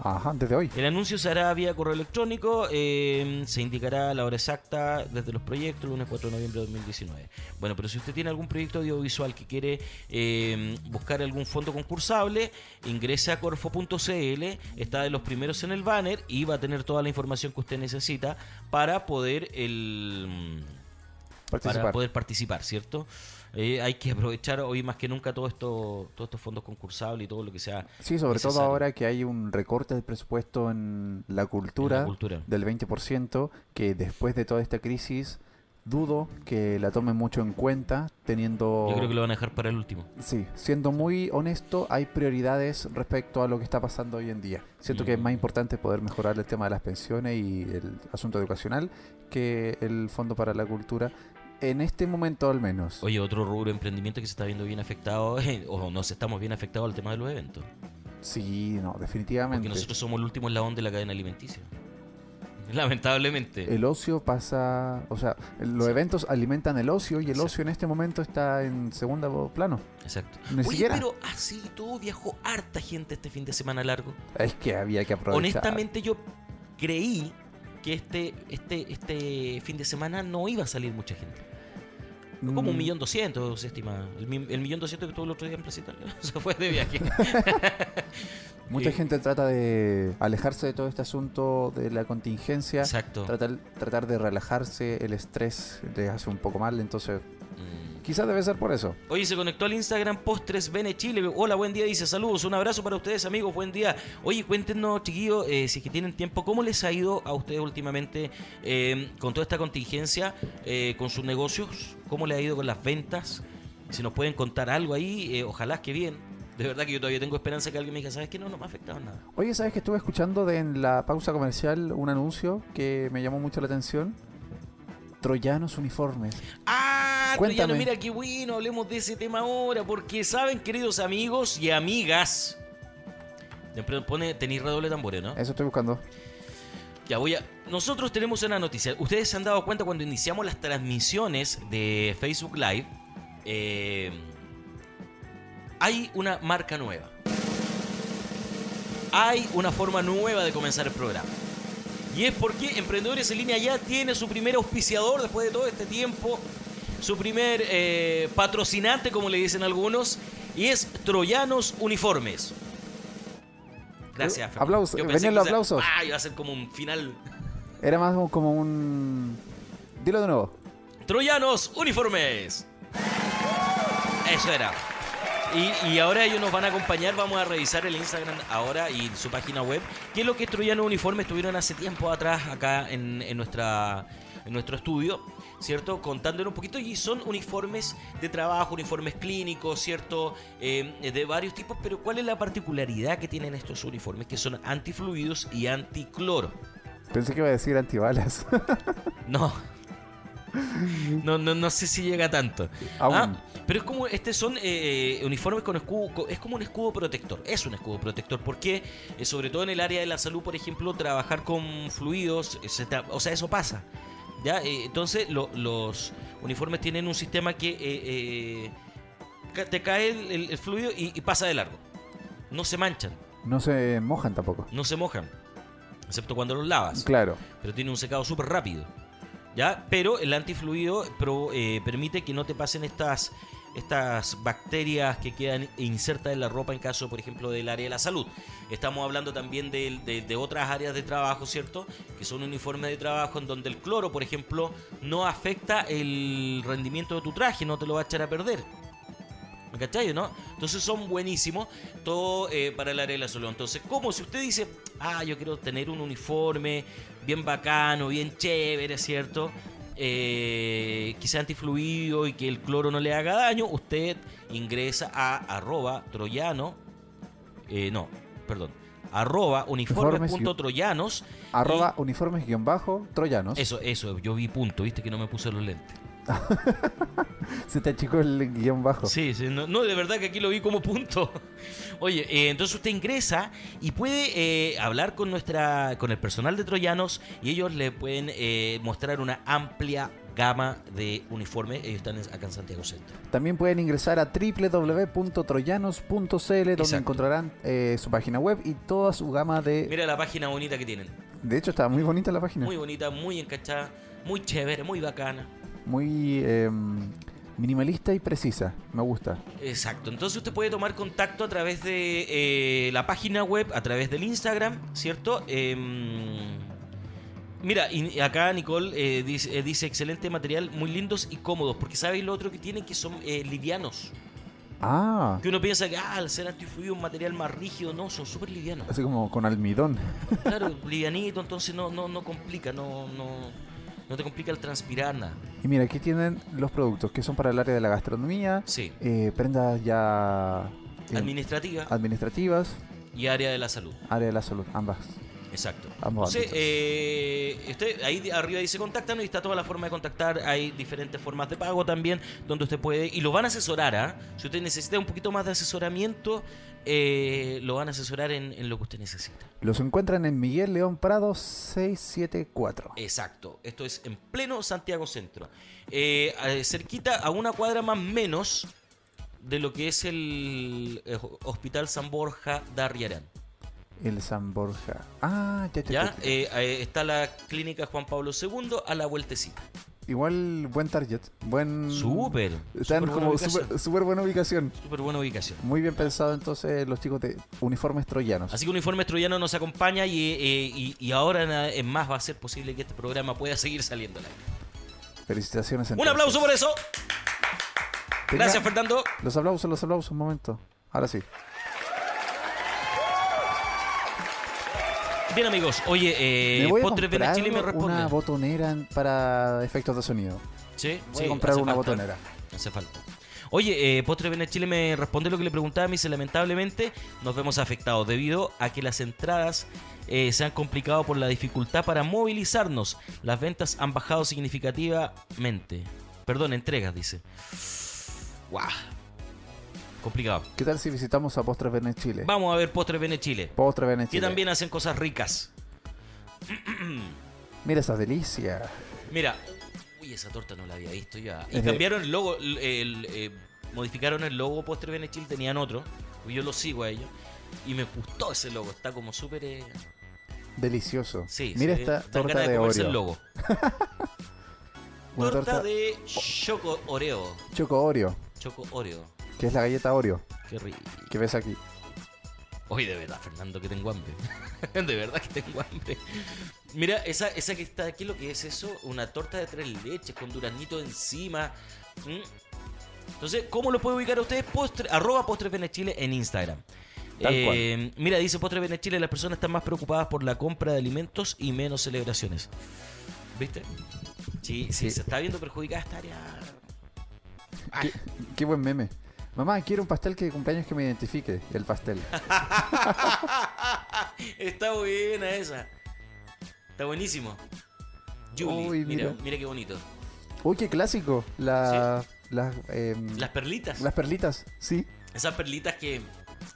Speaker 6: Ajá, desde hoy.
Speaker 5: El anuncio se hará vía correo electrónico, eh, se indicará la hora exacta desde los proyectos, lunes 4 de noviembre de 2019. Bueno, pero si usted tiene algún proyecto audiovisual que quiere eh, buscar algún fondo concursable, ingrese a corfo.cl, está de los primeros en el banner y va a tener toda la información que usted necesita para poder el para
Speaker 6: Participar.
Speaker 5: poder participar, ¿cierto? Eh, hay que aprovechar hoy más que nunca todo esto, todos estos fondos concursables y todo lo que sea.
Speaker 6: Sí, sobre todo
Speaker 5: necesario.
Speaker 6: ahora que hay un recorte del presupuesto en la cultura,
Speaker 5: En la cultura.
Speaker 6: del 20%, que después de toda esta crisis dudo que la tomen mucho en cuenta, teniendo...
Speaker 5: Yo creo que lo van a dejar para el último.
Speaker 6: Sí, siendo muy honesto, hay prioridades respecto a lo que está pasando hoy en día. Siento que es
Speaker 5: Mm.
Speaker 6: más importante poder mejorar el tema de las pensiones y el asunto educacional que el Fondo para la Cultura, en este momento al menos.
Speaker 5: Oye, otro rubro de emprendimiento que se está viendo bien afectado, eh, o nos estamos bien afectados al tema de los eventos.
Speaker 6: Sí, no, definitivamente.
Speaker 5: Porque nosotros somos el último eslabón de la cadena alimenticia. Lamentablemente.
Speaker 6: El ocio pasa, o sea, los eventos alimentan el ocio y el ocio en este momento está en segundo plano.
Speaker 5: Exacto.
Speaker 6: ni
Speaker 5: Oye,
Speaker 6: siquiera.
Speaker 5: pero así y todo viajó harta gente este fin de semana largo.
Speaker 6: Es que había que aprovechar.
Speaker 5: Honestamente, yo creí que este, este, este fin de semana no iba a salir mucha gente. Fue Como un
Speaker 6: Mm,
Speaker 5: millón doscientos, se estima. El, mi- el millón doscientos que tuvo el otro día en Plaza Italia. Se fue de viaje.
Speaker 6: Mucha
Speaker 5: eh.
Speaker 6: gente trata de alejarse de todo este asunto de la contingencia.
Speaker 5: Exacto.
Speaker 6: Tratar, tratar de relajarse, el estrés les hace un poco mal, entonces
Speaker 5: Mm.
Speaker 6: quizás debe ser por eso.
Speaker 5: Oye, se conectó al Instagram Postres Bene Chile. Hola, buen día, dice saludos, un abrazo para ustedes, amigos, buen día. Oye, cuéntenos, chiquillos, eh, si es que tienen tiempo, ¿cómo les ha ido a ustedes últimamente eh, con toda esta contingencia, eh, con sus negocios? ¿Cómo les ha ido con las ventas? Si nos pueden contar algo ahí, eh, ojalá que bien. De verdad que yo todavía tengo esperanza que alguien me diga, ¿sabes qué? No, no me ha afectado nada.
Speaker 6: Oye, ¿sabes que estuve escuchando de- en la pausa comercial un anuncio que me llamó mucho la atención? Troyanos uniformes.
Speaker 5: Ah, Troyano,
Speaker 6: Cuéntame.
Speaker 5: mira qué bueno, hablemos de ese tema ahora, porque saben, queridos amigos y amigas. Siempre pone, tenéis redoble de tambores, ¿no?
Speaker 6: Eso estoy buscando.
Speaker 5: Ya voy a. Nosotros tenemos una noticia. Ustedes se han dado cuenta cuando iniciamos las transmisiones de Facebook Live. eh, hay una marca nueva. Hay una forma nueva de comenzar el programa. Y es porque Emprendedores en Línea ya tiene su primer auspiciador después de todo este tiempo. Su primer eh, patrocinante, como le dicen algunos. Y es Troyanos Uniformes. Gracias, Fernando.
Speaker 6: Aplausos.
Speaker 5: Yo pensé
Speaker 6: Venían
Speaker 5: que
Speaker 6: los
Speaker 5: quizá-
Speaker 6: aplausos.
Speaker 5: Ah, iba a ser como un final.
Speaker 6: Era más como un... Dilo de nuevo.
Speaker 5: Troyanos uniformes. Eso era. Y, y ahora ellos nos van a acompañar, vamos a revisar el Instagram ahora y su página web, que es lo que Troyano Uniforme estuvieron hace tiempo atrás acá en, en nuestra, en nuestro estudio, ¿cierto? Contándole un poquito, y son uniformes de trabajo, uniformes clínicos, ¿cierto? Eh, de varios tipos, pero ¿cuál es la particularidad que tienen estos uniformes? Que son antifluidos y anticloro.
Speaker 6: Pensé que iba a decir antibalas.
Speaker 5: No. No, no, no sé si llega tanto.
Speaker 7: Aún.
Speaker 5: Ah, pero es como, este son eh, uniformes con escudo, co- es como un escudo protector, es un escudo protector, porque eh, sobre todo en el área de la salud, por ejemplo, trabajar con fluidos, eh, se tra- o sea, eso pasa. ¿ya? Eh, entonces, lo- los uniformes tienen un sistema que eh, eh, ca- te cae el, el- el fluido y- y pasa de largo. No se manchan,
Speaker 6: No se mojan tampoco.
Speaker 5: no se mojan, excepto cuando los lavas
Speaker 6: Claro.
Speaker 5: pero tiene un secado súper rápido. ¿Ya? Pero el antifluido pro- eh, permite que no te pasen estas, estas bacterias que quedan insertas en la ropa en caso, por ejemplo, del área de la salud. Estamos hablando también del- de, de otras áreas de trabajo, ¿cierto? Que son uniformes de trabajo en donde el cloro, por ejemplo, no afecta el rendimiento de tu traje, no te lo va a echar a perder. ¿Me cachai o no? Entonces son buenísimos todo eh, para el área de la salud. Entonces, como si usted dice, ah, yo quiero tener un uniforme bien bacano, bien chévere, ¿cierto? Eh, que sea antifluido y que el cloro no le haga daño, usted ingresa a arroba troyano, eh, no, perdón, arroba
Speaker 6: Uniformes y-
Speaker 5: uniforme.troyanos.
Speaker 6: Arroba uniformes-troyanos.
Speaker 5: Eso, eso, yo vi punto, viste que no me puse los lentes.
Speaker 6: Se te achicó el guión bajo.
Speaker 5: Sí, sí, no, no, de verdad que aquí lo vi como punto. Oye, eh, entonces usted ingresa y puede eh, hablar con nuestra, con el personal de Troyanos y ellos le pueden eh, mostrar una amplia gama de uniformes. Ellos están en- acá en Santiago Centro.
Speaker 6: También pueden ingresar a www.troyanos.cl donde
Speaker 5: Exacto.
Speaker 6: encontrarán eh, su página web y toda su gama de...
Speaker 5: Mira la página bonita que tienen.
Speaker 6: De hecho, está muy bonita la página.
Speaker 5: Muy bonita, muy encachada, muy chévere, muy bacana.
Speaker 6: Muy eh, minimalista y precisa. Me gusta.
Speaker 5: Exacto, entonces usted puede tomar contacto a través de eh, la página web, a través del Instagram, ¿cierto? Em, mira, y acá Nicole eh, dice, eh, dice, excelente material, muy lindos y cómodos, porque sabéis lo otro que tiene que son eh, livianos.
Speaker 6: Ah,
Speaker 5: Que uno piensa que ah, al ser antifluido un material más rígido, no, son súper livianos.
Speaker 6: así como con almidón.
Speaker 5: Claro, livianito, entonces no, no, no complica, no, no, no te complica el transpirar nada.
Speaker 6: Y mira, aquí tienen los productos que son para el área de la gastronomía,
Speaker 5: Sí.
Speaker 6: eh, prendas ya eh,
Speaker 5: Administrativa
Speaker 6: administrativas,
Speaker 5: y área de la salud.
Speaker 6: área de la salud, ambas.
Speaker 5: Exacto.
Speaker 6: Ambos
Speaker 5: Entonces,
Speaker 6: ámbitos.
Speaker 5: eh, usted ahí de- arriba dice contáctanos y está toda la forma de contactar. Hay diferentes formas de pago también, donde usted puede. Y lo van a asesorar, ¿ah? Si usted necesita un poquito más de asesoramiento, eh, lo van a asesorar en, en lo que usted necesita.
Speaker 6: Los encuentran en Miguel León Prado 674.
Speaker 5: Exacto. Esto es en pleno Santiago Centro. Eh, eh, cerquita a una cuadra más menos de lo que es el eh, Hospital San Borja de Arriarán.
Speaker 6: El San Borja. Ah, ya, ya,
Speaker 5: ¿Ya?
Speaker 6: ya.
Speaker 5: Eh, eh, está la clínica Juan Pablo II a la vueltecita.
Speaker 6: Igual buen target. Buen.
Speaker 5: Súper.
Speaker 6: Están
Speaker 5: súper buena
Speaker 6: como
Speaker 5: ubicación.
Speaker 6: súper súper buena ubicación.
Speaker 5: Súper buena ubicación.
Speaker 6: Muy bien pensado entonces los chicos de uniformes troyanos.
Speaker 5: Así que Uniforme Troyano nos acompaña y, eh, y- y ahora na- en más va a ser posible que este programa pueda seguir saliendo. al aire.
Speaker 6: Felicitaciones.
Speaker 5: Un aplauso por eso.
Speaker 6: Tenía-
Speaker 5: Gracias, Fernando.
Speaker 6: Los aplausos, los aplausos, un momento. Ahora sí.
Speaker 5: Bien, amigos. Oye, eh,
Speaker 6: me voy a
Speaker 5: Postres Vende
Speaker 6: comprar
Speaker 5: Chile me responde.
Speaker 6: una botonera en- para efectos de sonido.
Speaker 5: Sí,
Speaker 6: Voy
Speaker 5: sí,
Speaker 6: a comprar
Speaker 5: hace
Speaker 6: una
Speaker 5: falta.
Speaker 6: botonera.
Speaker 5: Hace falta. Oye, eh, Postre Vene Chile me responde lo que le preguntaba, me dice, lamentablemente nos vemos afectados debido a que las entradas eh, se han complicado por la dificultad para movilizarnos. Las ventas han bajado significativamente. Perdón, entregas, dice. Guau. Complicado.
Speaker 6: ¿Qué tal si visitamos a Postres Vene Chile?
Speaker 5: Vamos a ver Postre Vene Chile.
Speaker 6: Postres Vene
Speaker 5: Que
Speaker 6: Chile.
Speaker 5: también hacen cosas ricas.
Speaker 6: Mira esa delicia.
Speaker 5: Mira, uy, esa torta no la había visto ya. Y
Speaker 6: Ese-
Speaker 5: cambiaron el logo, el- el, eh, modificaron el logo Postre Bene Chile, tenían otro. y Yo lo sigo a ellos. Y me gustó ese logo, está como súper. eh,
Speaker 6: Delicioso.
Speaker 5: sí,
Speaker 6: Mira
Speaker 5: se-
Speaker 6: esta
Speaker 5: dan
Speaker 6: torta
Speaker 5: ganas
Speaker 6: de
Speaker 5: comerse
Speaker 6: Oreo.
Speaker 5: el logo.
Speaker 6: Una
Speaker 5: torta,
Speaker 6: torta
Speaker 5: de Choco Oreo.
Speaker 6: Choco Oreo,
Speaker 5: Choco Oreo.
Speaker 6: que es la galleta Oreo
Speaker 5: Qué rico.
Speaker 6: que ves aquí.
Speaker 5: Hoy de verdad, Fernando, que tengo hambre. de verdad que tengo hambre. Mira, esa, esa que está aquí, lo que es eso, una torta de tres leches con duraznito encima. Mm. Entonces, ¿cómo lo puede ubicar a ustedes? Postre, arroba Postres Venet Chile en Instagram.
Speaker 8: Tal
Speaker 5: Eh, mira, dice Postres Venet Chile, las personas están más preocupadas por la compra de alimentos y menos celebraciones. ¿Viste? Sí, sí,
Speaker 6: Sí.
Speaker 5: se está viendo perjudicada esta área.
Speaker 6: Qué, qué buen meme. Mamá, quiero un pastel que de cumpleaños que me identifique. El pastel.
Speaker 5: Está buena esa. Está buenísimo. Julie,
Speaker 6: Uy,
Speaker 5: mira,
Speaker 6: mira.
Speaker 5: mira qué bonito.
Speaker 6: Uy, qué clásico. La- Las, em,
Speaker 5: Las perlitas.
Speaker 6: las perlitas, sí.
Speaker 5: Esas perlitas que...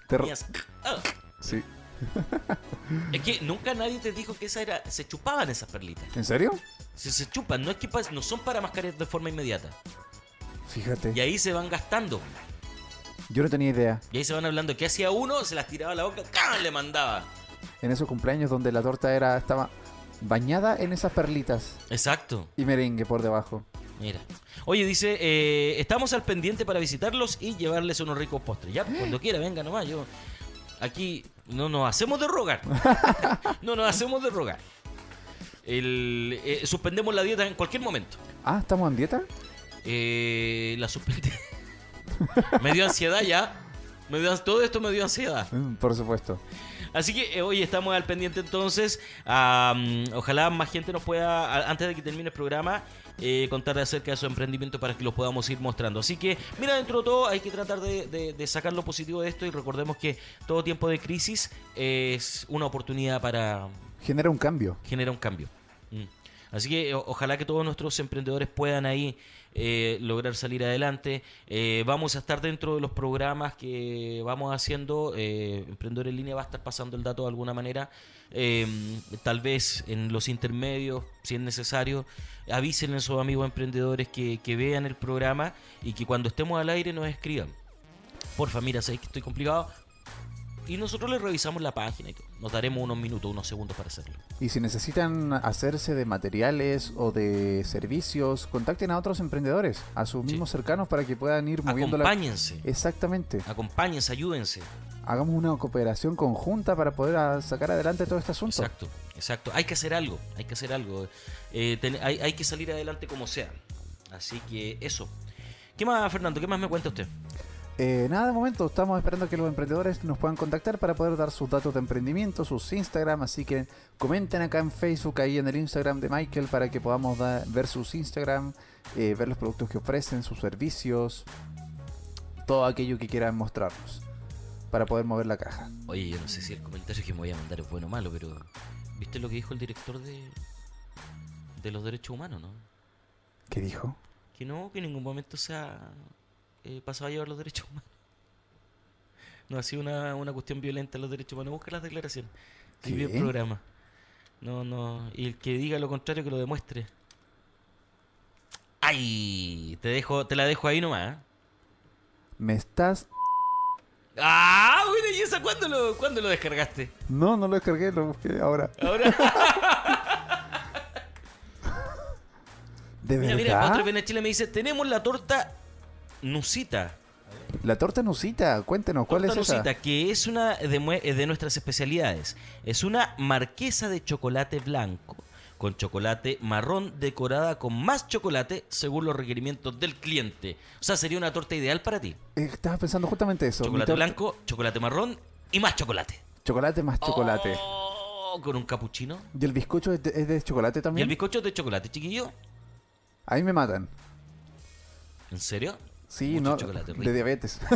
Speaker 6: Te ro-
Speaker 5: comías. Ah.
Speaker 6: sí.
Speaker 5: Es que nunca nadie te dijo que esa era... Se chupaban esas perlitas.
Speaker 6: ¿En serio?
Speaker 5: Si se chupan, no es que pas- no son para mascarillas de forma inmediata.
Speaker 6: Fíjate.
Speaker 5: Y ahí se van gastando.
Speaker 6: Yo no tenía idea.
Speaker 5: Y ahí se van hablando que hacía uno, se las tiraba a la boca, ¡ca! le mandaba.
Speaker 6: En esos cumpleaños donde la torta era estaba bañada en esas perlitas
Speaker 5: Exacto.
Speaker 6: y merengue por debajo.
Speaker 5: Mira. Oye, dice, eh, estamos al pendiente para visitarlos y llevarles unos ricos postres. Ya, cuando quiera, venga nomás. Yo aquí no nos hacemos de rogar. no nos hacemos de rogar. El, eh, suspendemos la dieta en cualquier momento.
Speaker 6: Ah, ¿estamos en dieta?
Speaker 5: Eh, la suspendí. me dio ansiedad ya. Me dio- todo esto me dio ansiedad.
Speaker 6: Mm, por supuesto.
Speaker 5: Así que eh, hoy estamos al pendiente entonces. Ah, mm, ojalá más gente nos pueda, a- antes de que termine el programa, eh, contar acerca de su emprendimiento para que los podamos ir mostrando. Así que, mira, dentro de todo hay que tratar de, de- de sacar lo positivo de esto y recordemos que todo tiempo de crisis es una oportunidad para
Speaker 6: Genera un cambio.
Speaker 5: generar un cambio. Mm. Así que o- ojalá que todos nuestros emprendedores puedan ahí eh, lograr salir adelante. Eh, vamos a estar dentro de los programas que vamos haciendo. eh, Emprendedor en línea va a estar pasando el dato de alguna manera. Eh, tal vez en los intermedios, si es necesario, avisen a sus amigos emprendedores que, que vean el programa y que cuando estemos al aire nos escriban. Porfa, mira, sabéis que estoy complicado. Y nosotros les revisamos la página y todo. Nos daremos unos minutos, unos segundos para hacerlo.
Speaker 6: Y si necesitan hacerse de materiales o de servicios, contacten a otros emprendedores, a sus mismos cercanos para que puedan ir moviendo la...
Speaker 5: Acompáñense. Ah.
Speaker 6: Exactamente.
Speaker 5: Acompáñense, ayúdense.
Speaker 6: Hagamos una cooperación conjunta para poder ah, sacar adelante todo este asunto.
Speaker 5: Exacto, exacto. Hay que hacer algo, hay que hacer algo. Eh, ten- hay, hay que salir adelante como sea. Así que eso. ¿Qué más, Fernando? ¿Qué más me cuenta usted?
Speaker 6: Eh, nada de momento, estamos esperando que los emprendedores nos puedan contactar para poder dar sus datos de emprendimiento, sus Instagram, así que comenten acá en Facebook, ahí en el Instagram de Michael para que podamos da- ver sus Instagram, eh, ver los productos que ofrecen, sus servicios, todo aquello que quieran mostrarnos para poder mover la caja.
Speaker 5: Oye, yo no sé si el comentario que me voy a mandar es bueno o malo, pero ¿viste lo que dijo el director de, de los derechos humanos, no?
Speaker 6: ¿Qué dijo?
Speaker 5: Que no, que en ningún momento se ha eh, pasado a llevar los derechos humanos. No ha sido una, una cuestión violenta los derechos humanos. Busca las declaraciones. Y vi el
Speaker 6: ¿Qué?
Speaker 5: programa. No, no. Y el que diga lo contrario que lo demuestre. ¡Ay! Te dejo, te la dejo ahí nomás. ¿eh?
Speaker 6: ¿Me estás...?
Speaker 5: ¡Ah! Bueno, ¿y esa cuándo lo, cuándo lo descargaste?
Speaker 6: No, no lo descargué, lo busqué ahora.
Speaker 5: Ahora,
Speaker 6: ¿De
Speaker 5: mira, mira,
Speaker 6: verdad?
Speaker 5: Postre Venechile me dice, tenemos la torta Nusita.
Speaker 6: la torta Nusita, cuéntenos, ¿cuál
Speaker 5: Torta
Speaker 6: es esa?
Speaker 5: Rosita, que es una de, mue- eh, de nuestras especialidades. Es una marquesa de chocolate blanco con chocolate marrón decorada con más chocolate según los requerimientos del cliente. O sea, sería una torta ideal para ti.
Speaker 6: Eh, estaba pensando justamente eso. mi
Speaker 5: Chocolate
Speaker 6: torta-
Speaker 5: blanco, chocolate marrón y más chocolate.
Speaker 6: Chocolate más chocolate.
Speaker 5: Oh, con un capuchino.
Speaker 6: ¿Y el bizcocho es de, es de
Speaker 5: ¿Y
Speaker 6: chocolate
Speaker 5: el
Speaker 6: también?
Speaker 5: bizcocho es de chocolate, chiquillo?
Speaker 6: Ahí me matan.
Speaker 5: ¿En serio?
Speaker 6: Sí,
Speaker 5: Mucho
Speaker 6: no.
Speaker 5: chocolate, rico.
Speaker 6: de diabetes.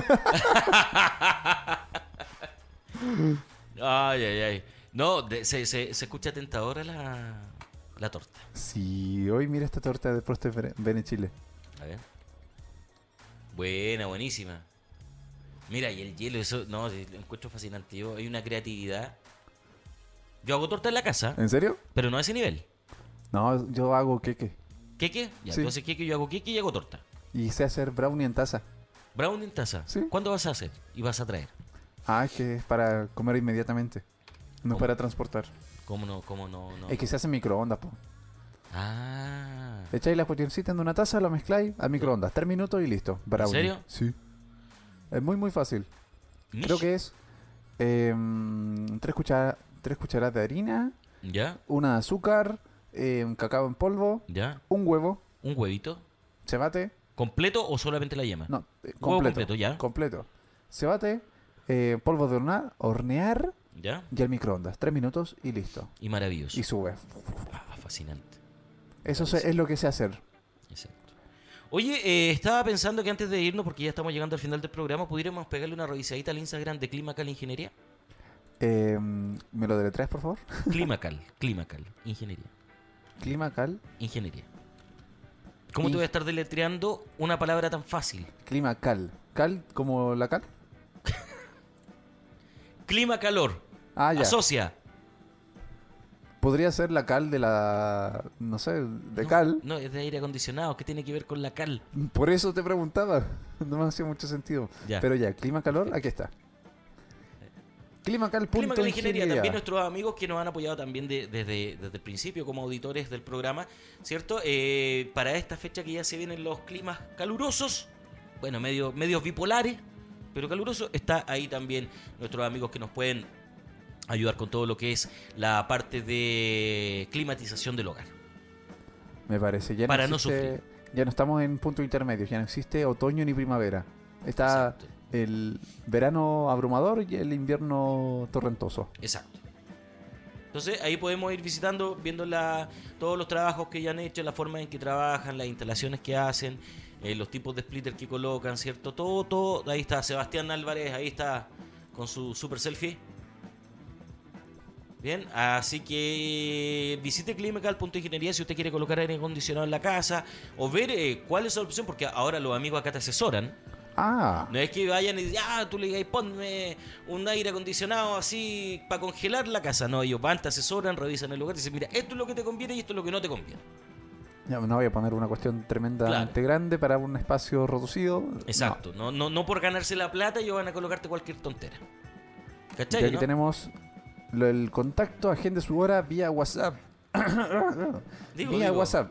Speaker 5: Ay, ay, ay. No, de- se, se- se escucha tentadora la, la torta.
Speaker 6: sí, hoy mira esta torta de Proste Bene Chile.
Speaker 5: A ver. Buena, buenísima. Mira, y el hielo, eso, no, sí, lo encuentro fascinante. Yo, hay una creatividad. Yo hago torta en la casa,
Speaker 6: ¿En serio?
Speaker 5: pero no a ese nivel.
Speaker 6: No, yo hago queque.
Speaker 5: ¿Queque? Ya,
Speaker 6: Sí.
Speaker 5: entonces queque, yo hago queque y hago torta.
Speaker 6: Y sé hacer brownie en taza.
Speaker 5: Brownie en taza.
Speaker 6: Sí.
Speaker 5: ¿Cuándo vas a hacer? Y vas a traer.
Speaker 6: Ah, es que es para comer inmediatamente. No es para transportar.
Speaker 5: ¿Cómo no? ¿Cómo no? no?
Speaker 6: Es que eh, se hace en microondas, po.
Speaker 5: Ah.
Speaker 6: Echáis la cuestioncita en una taza, la mezcláis a microondas. Tres minutos y listo. Brownie.
Speaker 5: serio?
Speaker 6: Sí. Es muy, muy fácil. Creo
Speaker 5: mish.
Speaker 6: que es em, tres, cuchara- tres cucharadas de harina,
Speaker 5: ¿Ya?
Speaker 6: una de azúcar, eh, un cacao en polvo,
Speaker 5: ¿Ya?
Speaker 6: un huevo,
Speaker 5: ¿Un huevito?
Speaker 6: se bate,
Speaker 5: ¿Completo o solamente la yema?
Speaker 6: No, eh, completo.
Speaker 5: Huevo completo, ya.
Speaker 6: Completo. Se bate, eh, polvo de hornear, hornear
Speaker 5: ¿Ya?
Speaker 6: y al microondas. Tres minutos y listo.
Speaker 5: Y maravilloso.
Speaker 6: Y sube.
Speaker 5: Ah, fascinante.
Speaker 6: Eso se- es lo que sé hacer.
Speaker 5: Exacto. Oye, eh, estaba pensando que antes de irnos, porque ya estamos llegando al final del programa, pudiéramos pegarle una revisadita al Instagram de Climacal Ingeniería.
Speaker 6: Eh, ¿Me lo deletreas, por favor?
Speaker 5: Climacal, Climacal, Ingeniería.
Speaker 6: Climacal.
Speaker 5: Ingeniería. ¿Cómo te voy a estar deletreando una palabra tan fácil?
Speaker 6: Climacal. ¿Cal como la cal?
Speaker 5: Clima calor.
Speaker 6: Ah, ya.
Speaker 5: Asocia.
Speaker 6: Podría ser la cal de la... No sé, de
Speaker 5: No,
Speaker 6: cal.
Speaker 5: No, es de aire acondicionado. ¿Qué tiene que ver con la cal?
Speaker 6: Por eso te preguntaba. No me hacía mucho sentido.
Speaker 5: Ya.
Speaker 6: Pero ya, clima calor, aquí está. Climacal. punto
Speaker 5: Climacal Ingeniería,
Speaker 6: ingeniería.
Speaker 5: también nuestros amigos que nos han apoyado también de- desde, desde el principio como auditores del programa, ¿cierto? Eh, para esta fecha que ya se vienen los climas calurosos, bueno, medio, medios bipolares, pero calurosos, está ahí también nuestros amigos que nos pueden ayudar con todo lo que es la parte de climatización del hogar.
Speaker 6: Me parece. Ya
Speaker 5: Para no
Speaker 6: no, existe- Ya no estamos en punto intermedio. Ya no existe otoño ni primavera. Está
Speaker 5: Exacto.
Speaker 6: el verano abrumador y el invierno torrentoso.
Speaker 5: Exacto. Entonces ahí podemos ir visitando, viendo la- todos los trabajos que ya han hecho, la forma en que trabajan, las instalaciones que hacen, eh, los tipos de splitter que colocan, ¿cierto? Todo, todo. Ahí está Sebastián Álvarez, ahí está con su super selfie. Bien, así que visite climacal.ingeniería si usted quiere colocar aire acondicionado en la casa o ver eh, cuál es la opción, porque ahora los amigos acá te asesoran.
Speaker 6: Ah,
Speaker 5: No es que vayan y digan, ah, tú le digas, ponme un aire acondicionado así para congelar la casa. No, ellos van, te asesoran, revisan el lugar y dicen, mira, esto es lo que te conviene y esto es lo que no te conviene.
Speaker 6: ya no voy a poner una cuestión tremendamente grande para un espacio reducido.
Speaker 5: Exacto. No. No, no, por ganarse la plata ellos van a colocarte cualquier tontera.
Speaker 6: No.
Speaker 5: ¿Cachai?
Speaker 6: Y aquí
Speaker 5: no?
Speaker 6: tenemos lo- el contacto, agenda su hora vía WhatsApp.
Speaker 5: Digo,
Speaker 6: vía
Speaker 5: digo.
Speaker 6: WhatsApp.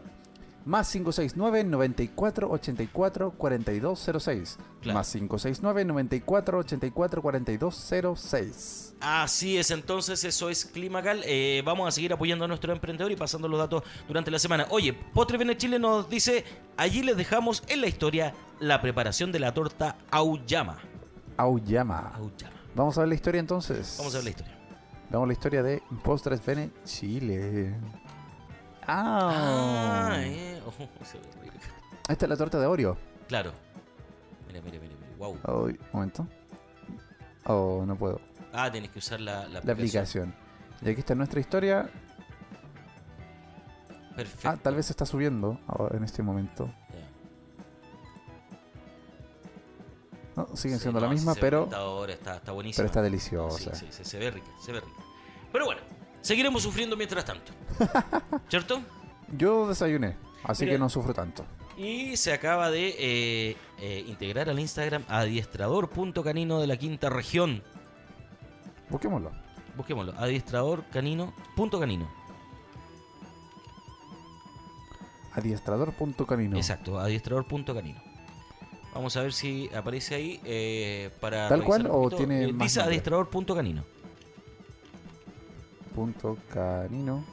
Speaker 6: Más 569 94 84 4206.
Speaker 5: Claro.
Speaker 6: Más 569 94 84 4206.
Speaker 5: Así es, entonces eso es Climacal. Eh, vamos a seguir apoyando a nuestro emprendedor y pasando los datos durante la semana. Oye, Postre Bene Chile nos dice, allí les dejamos en la historia la preparación de la torta Auyama.
Speaker 6: Auyama.
Speaker 5: Auyama.
Speaker 6: Vamos a ver la historia entonces.
Speaker 5: Vamos a ver la historia.
Speaker 6: Vamos a la historia de Postres Bene Chile. Ah.
Speaker 5: Ah, eh. Oh, se ve horrible.
Speaker 6: Esta es la torta de Oreo.
Speaker 5: Claro. Mira, mira, mira, mira. Wow.
Speaker 6: Ay, un momento. Oh, no puedo.
Speaker 5: Ah, tenés que usar la, la
Speaker 6: La aplicación. Y aquí está nuestra historia.
Speaker 5: Perfecto.
Speaker 6: Ah, tal vez se está subiendo ahora en este momento.
Speaker 5: Ya.
Speaker 6: No, siguen
Speaker 5: Sí,
Speaker 6: siendo
Speaker 5: no,
Speaker 6: la
Speaker 5: sí
Speaker 6: misma,
Speaker 5: se ve
Speaker 6: pero,
Speaker 5: bonita ahora, está, está buenísima.
Speaker 6: pero está deliciosa.
Speaker 5: Sí, sí, sí, se ve rica, se ve rica. Pero bueno, seguiremos sufriendo mientras tanto. ¿Cierto?
Speaker 6: Yo desayuné, así
Speaker 5: Mira.
Speaker 6: que no sufro tanto.
Speaker 5: Y se acaba de eh, eh, integrar al Instagram adiestrador.canino de la quinta región.
Speaker 6: Busquémoslo.
Speaker 5: Busquémoslo, adiestradorcanino.canino.
Speaker 6: Adiestrador.canino.
Speaker 5: Exacto, adiestrador.canino. Vamos a ver si aparece ahí eh, para.
Speaker 6: ¿Tal
Speaker 5: revisar
Speaker 6: cual
Speaker 5: un
Speaker 6: o
Speaker 5: poquito. Eh,
Speaker 6: tiene más
Speaker 5: dice
Speaker 6: nombre?
Speaker 5: adiestrador.canino.
Speaker 6: Punto canino.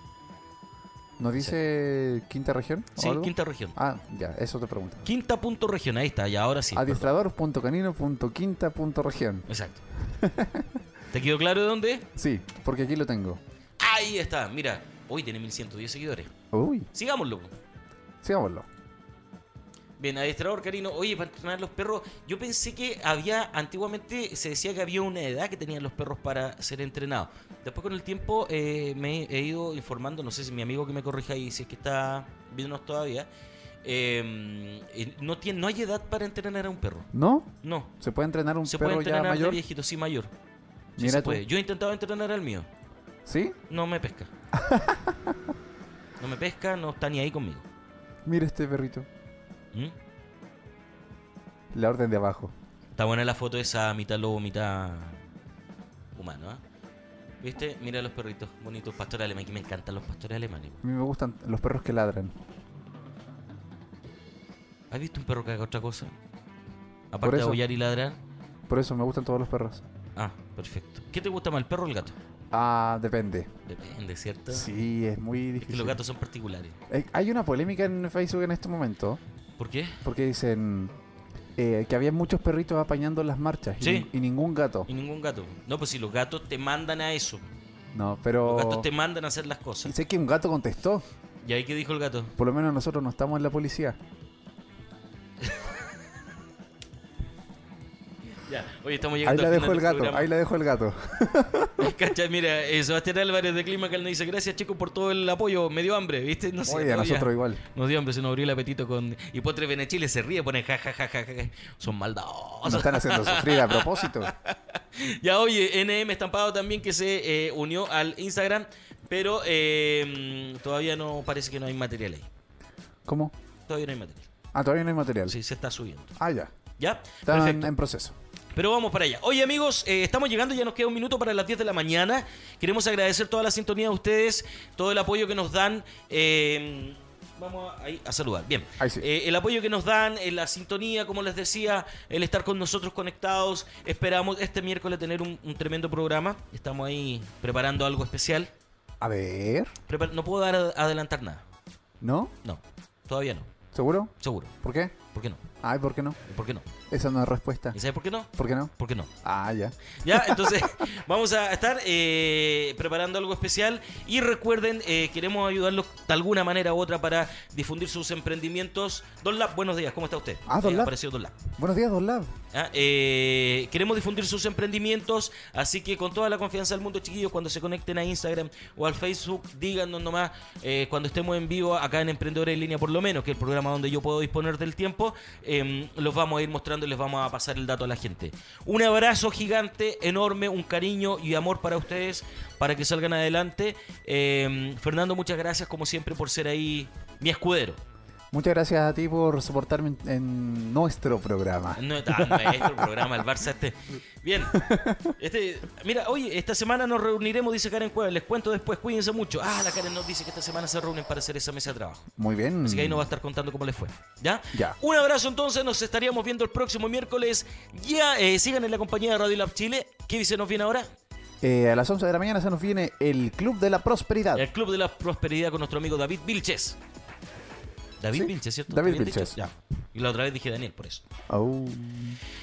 Speaker 6: ¿Nos dice quinta región? o
Speaker 5: Sí,
Speaker 6: algo?
Speaker 5: quinta región.
Speaker 6: Ah, ya, eso te pregunto.
Speaker 5: Quinta punto región, ahí está, ya ahora sí. perdón.
Speaker 6: Adiestrador.canino.quinta.región.
Speaker 5: Exacto. ¿Te quedó claro de dónde?
Speaker 6: Sí, porque aquí lo tengo.
Speaker 5: Ahí está, mira. Hoy tiene 1110 seguidores.
Speaker 6: Uy,
Speaker 5: Sigámoslo.
Speaker 6: sigámoslo.
Speaker 5: Bien, adiestrador, Carino. Oye, para entrenar los perros, yo pensé que había, antiguamente se decía que había una edad que tenían los perros para ser entrenados. Después con el tiempo eh, me he ido informando, no sé si mi amigo que me corrija ahí, si es que está viéndonos todavía, eh, eh, no, tiene, no hay edad para entrenar a un perro.
Speaker 6: ¿No?
Speaker 5: No.
Speaker 6: ¿Se puede entrenar un
Speaker 5: Se puede
Speaker 6: perro ya
Speaker 5: entrenar a
Speaker 6: mayor?
Speaker 5: viejito, sí, mayor. Sí
Speaker 6: Mira
Speaker 5: se
Speaker 6: tú.
Speaker 5: puede. Yo he intentado entrenar al mío.
Speaker 6: ¿Sí?
Speaker 5: No me pesca. no me pesca, no está ni ahí conmigo.
Speaker 6: Mira este perrito.
Speaker 5: ¿Mm?
Speaker 6: La orden de abajo.
Speaker 5: Está buena la foto esa mitad lobo, mitad humano, ¿ah? ¿Viste? Mira los perritos, bonitos pastores alemanes. Aquí me encantan los pastores alemanes.
Speaker 6: A mí me gustan los perros que ladran.
Speaker 5: ¿Has visto un perro que haga otra cosa?
Speaker 6: Por
Speaker 5: Aparte de
Speaker 6: eso.
Speaker 5: aullar y ladrar.
Speaker 6: Por eso me gustan todos los perros.
Speaker 5: Ah, perfecto. ¿Qué te gusta más, el perro o el gato?
Speaker 6: Ah, depende.
Speaker 5: Depende, ¿cierto?
Speaker 6: Sí, es muy
Speaker 5: Es que
Speaker 6: difícil.
Speaker 5: los gatos son particulares.
Speaker 6: Eh, Hay una polémica en Facebook en este momento.
Speaker 5: ¿Por qué?
Speaker 6: Porque dicen eh, que había muchos perritos apañando las marchas y-
Speaker 5: Sí.
Speaker 6: y, ningún gato.
Speaker 5: Y ningún gato. No, pues si los gatos te mandan a eso.
Speaker 6: No, pero...
Speaker 5: Los gatos te mandan a hacer las
Speaker 6: Y
Speaker 5: cosas.
Speaker 6: sé que un gato contestó.
Speaker 5: ¿Y ahí qué dijo el gato?
Speaker 6: Por lo menos nosotros no estamos en la policía.
Speaker 5: Ya, oye, estamos
Speaker 6: Ahí
Speaker 5: llegando
Speaker 6: la
Speaker 5: al
Speaker 6: dejo
Speaker 5: final
Speaker 6: el
Speaker 5: del
Speaker 6: gato,
Speaker 5: programa.
Speaker 6: ahí la dejo el gato.
Speaker 5: Cacha, mira, eh, Sebastián Álvarez de Climacal nos dice, gracias chicos por todo el apoyo, me dio hambre, ¿viste? No sé,
Speaker 6: Oye, a
Speaker 5: todavía.
Speaker 6: nosotros igual.
Speaker 5: Nos dio hambre, se nos abrió el apetito con... Y Potre Benechile se ríe, pone ja, ja, ja, ja, ja, ja. son
Speaker 6: Nos
Speaker 5: maldadosos.
Speaker 6: están haciendo sufrir a propósito.
Speaker 5: Ya oye, NM Estampado también que se eh, unió al Instagram, pero eh, mm, todavía no parece que no hay material ahí.
Speaker 6: ¿Cómo?
Speaker 5: Todavía no hay material.
Speaker 6: Ah, todavía no hay material.
Speaker 5: Sí, se está subiendo.
Speaker 6: Ah, ya.
Speaker 5: ¿Ya?
Speaker 6: Están
Speaker 5: Perfecto.
Speaker 6: en proceso.
Speaker 5: Pero vamos para allá. Oye amigos, eh, estamos llegando, ya nos queda un minuto para las 10 de la mañana. Queremos agradecer toda la sintonía de ustedes, todo el apoyo que nos dan. eh, vamos a, ahí a saludar. Bien.
Speaker 6: Ahí sí.
Speaker 5: Eh, el apoyo que nos dan, eh, la sintonía, como les decía, el estar con nosotros conectados. Esperamos este miércoles tener un, un tremendo programa. Estamos ahí preparando algo especial.
Speaker 6: A ver.
Speaker 5: Prepar- no puedo dar a- adelantar nada.
Speaker 6: ¿No?
Speaker 5: No, todavía no.
Speaker 6: ¿Seguro?
Speaker 5: Seguro.
Speaker 6: ¿Por qué?
Speaker 5: ¿Por qué no?
Speaker 6: Ay, ¿por qué no?
Speaker 5: ¿Por qué no?
Speaker 6: Esa no es respuesta.
Speaker 5: ¿Y sabes por qué no?
Speaker 6: ¿Por qué no?
Speaker 5: ¿Por qué no?
Speaker 6: Ah, ya.
Speaker 5: Ya, entonces vamos a estar eh, preparando algo especial y recuerden, eh, queremos ayudarlos de alguna manera u otra para difundir sus emprendimientos. Don Lab, buenos días, ¿cómo está usted?
Speaker 6: Ah, Don
Speaker 5: Eh,
Speaker 6: Lab.
Speaker 5: apareció Don Lab.
Speaker 6: Buenos días, Don Lab.
Speaker 5: Ah, eh, queremos difundir sus emprendimientos, así que con toda la confianza del mundo, chiquillos, cuando se conecten a Instagram o al Facebook, díganos nomás eh, cuando estemos en vivo acá en Emprendedores en Línea, por lo menos, que es el programa donde yo puedo disponer del tiempo, eh, los vamos a ir mostrando y les vamos a pasar el dato a la gente. Un abrazo gigante, enorme, un cariño y amor para ustedes, para que salgan adelante. Eh, Fernando, muchas gracias, como siempre, por ser ahí mi escudero.
Speaker 6: Muchas gracias a ti por soportarme en, en nuestro programa.
Speaker 5: No es tan maestro el programa, el Barça este. Bien. Este, mira, oye, esta semana nos reuniremos, dice Karen Cuevas. Les cuento después, cuídense mucho. Ah, la Karen nos dice que esta semana se reúnen para hacer esa mesa de trabajo.
Speaker 6: Muy bien.
Speaker 5: Así que ahí nos va a estar contando cómo les fue. ¿Ya?
Speaker 6: Ya.
Speaker 5: Un abrazo entonces, nos estaríamos viendo el próximo miércoles. Ya, eh, sigan en la compañía de Radio Lab Chile. ¿Qué dice nos viene ahora?
Speaker 6: Eh, a las 11 de la mañana se nos viene el Club de la Prosperidad.
Speaker 5: El Club de la Prosperidad con nuestro amigo David Vilches. David
Speaker 6: Sí,
Speaker 5: Vilches, ¿cierto?
Speaker 6: David
Speaker 5: ¿Está bien dicho?
Speaker 6: Vilches.
Speaker 5: Ya. Y la otra vez dije Daniel, por eso.
Speaker 6: Au.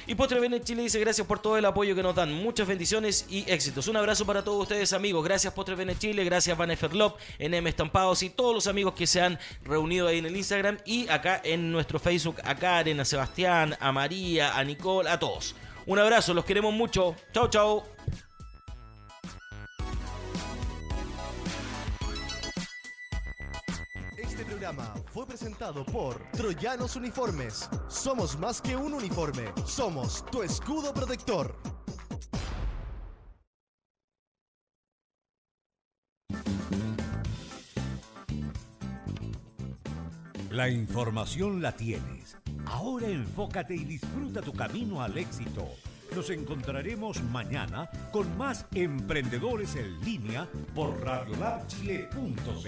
Speaker 5: Y Postre Bene Chile dice gracias por todo el apoyo que nos dan. Muchas bendiciones y éxitos. Un abrazo para todos ustedes, amigos. Gracias Postre Bene Chile, gracias Van Ferlop, NM Estampados y todos los amigos que se han reunido ahí en el Instagram y acá en nuestro Facebook a Karen, a Sebastián, a María, a Nicole, a todos. Un abrazo, los queremos mucho. Chau, chau.
Speaker 2: Este programa fue presentado por Troyanos Uniformes. Somos más que un uniforme, somos tu escudo protector.
Speaker 4: La información la tienes. Ahora enfócate y disfruta tu camino al éxito. Nos encontraremos mañana con más emprendedores en línea por radiolabchile.cl.